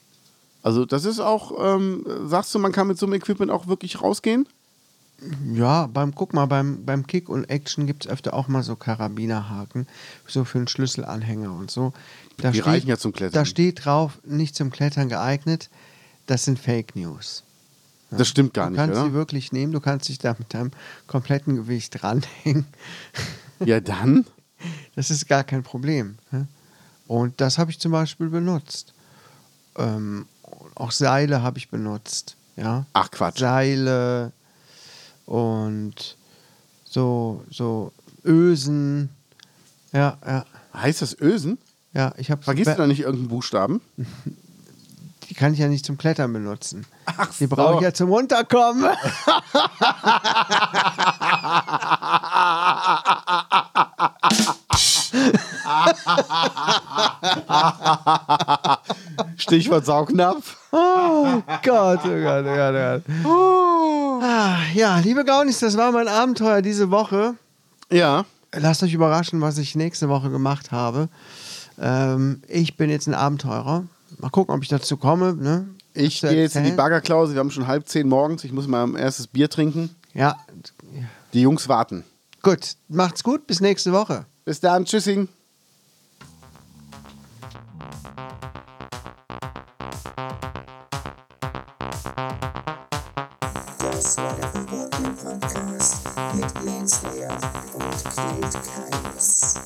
Also, das ist auch, ähm, sagst du, man kann mit so einem Equipment auch wirklich rausgehen? Ja, beim, guck mal, beim, beim Kick und Action gibt es öfter auch mal so Karabinerhaken, so für einen Schlüsselanhänger und so. Da Die reichen ja zum Klettern. Da steht drauf, nicht zum Klettern geeignet. Das sind Fake News. Das stimmt gar du nicht, kannst sie oder? wirklich nehmen, du kannst dich da mit deinem kompletten Gewicht dranhängen. Ja, dann? Das ist gar kein Problem. ne? Und das habe ich zum Beispiel benutzt. Ähm, auch Seile habe ich benutzt. Ja? Ach, Quatsch. Seile und so, so Ösen. Ja, ja, Heißt das Ösen? ja. Ich habe Vergisst du da nicht irgendeinen Buchstaben? die kann ich ja nicht zum Klettern benutzen. Ach die brauche so. ich ja zum Runterkommen. Stichwort Saugnapf. Oh Gott, oh Gott, oh Gott, oh Gott. Ah, ja, liebe Gaunis, das war mein Abenteuer diese Woche. Ja. Lasst euch überraschen, was ich nächste Woche gemacht habe. Ähm, ich bin jetzt ein Abenteurer. Mal gucken, ob ich dazu komme. Ne? Ich Zu gehe jetzt in die erzählen. Baggerklause. Wir haben schon halb zehn morgens. Ich muss mal mein erstes Bier trinken. Ja, Die Jungs warten. gut. Macht's gut. Bis nächste Woche. Bis dann. Tschüssing. Das war der Boarding Podcast mit Lance Leer und Knut Keines.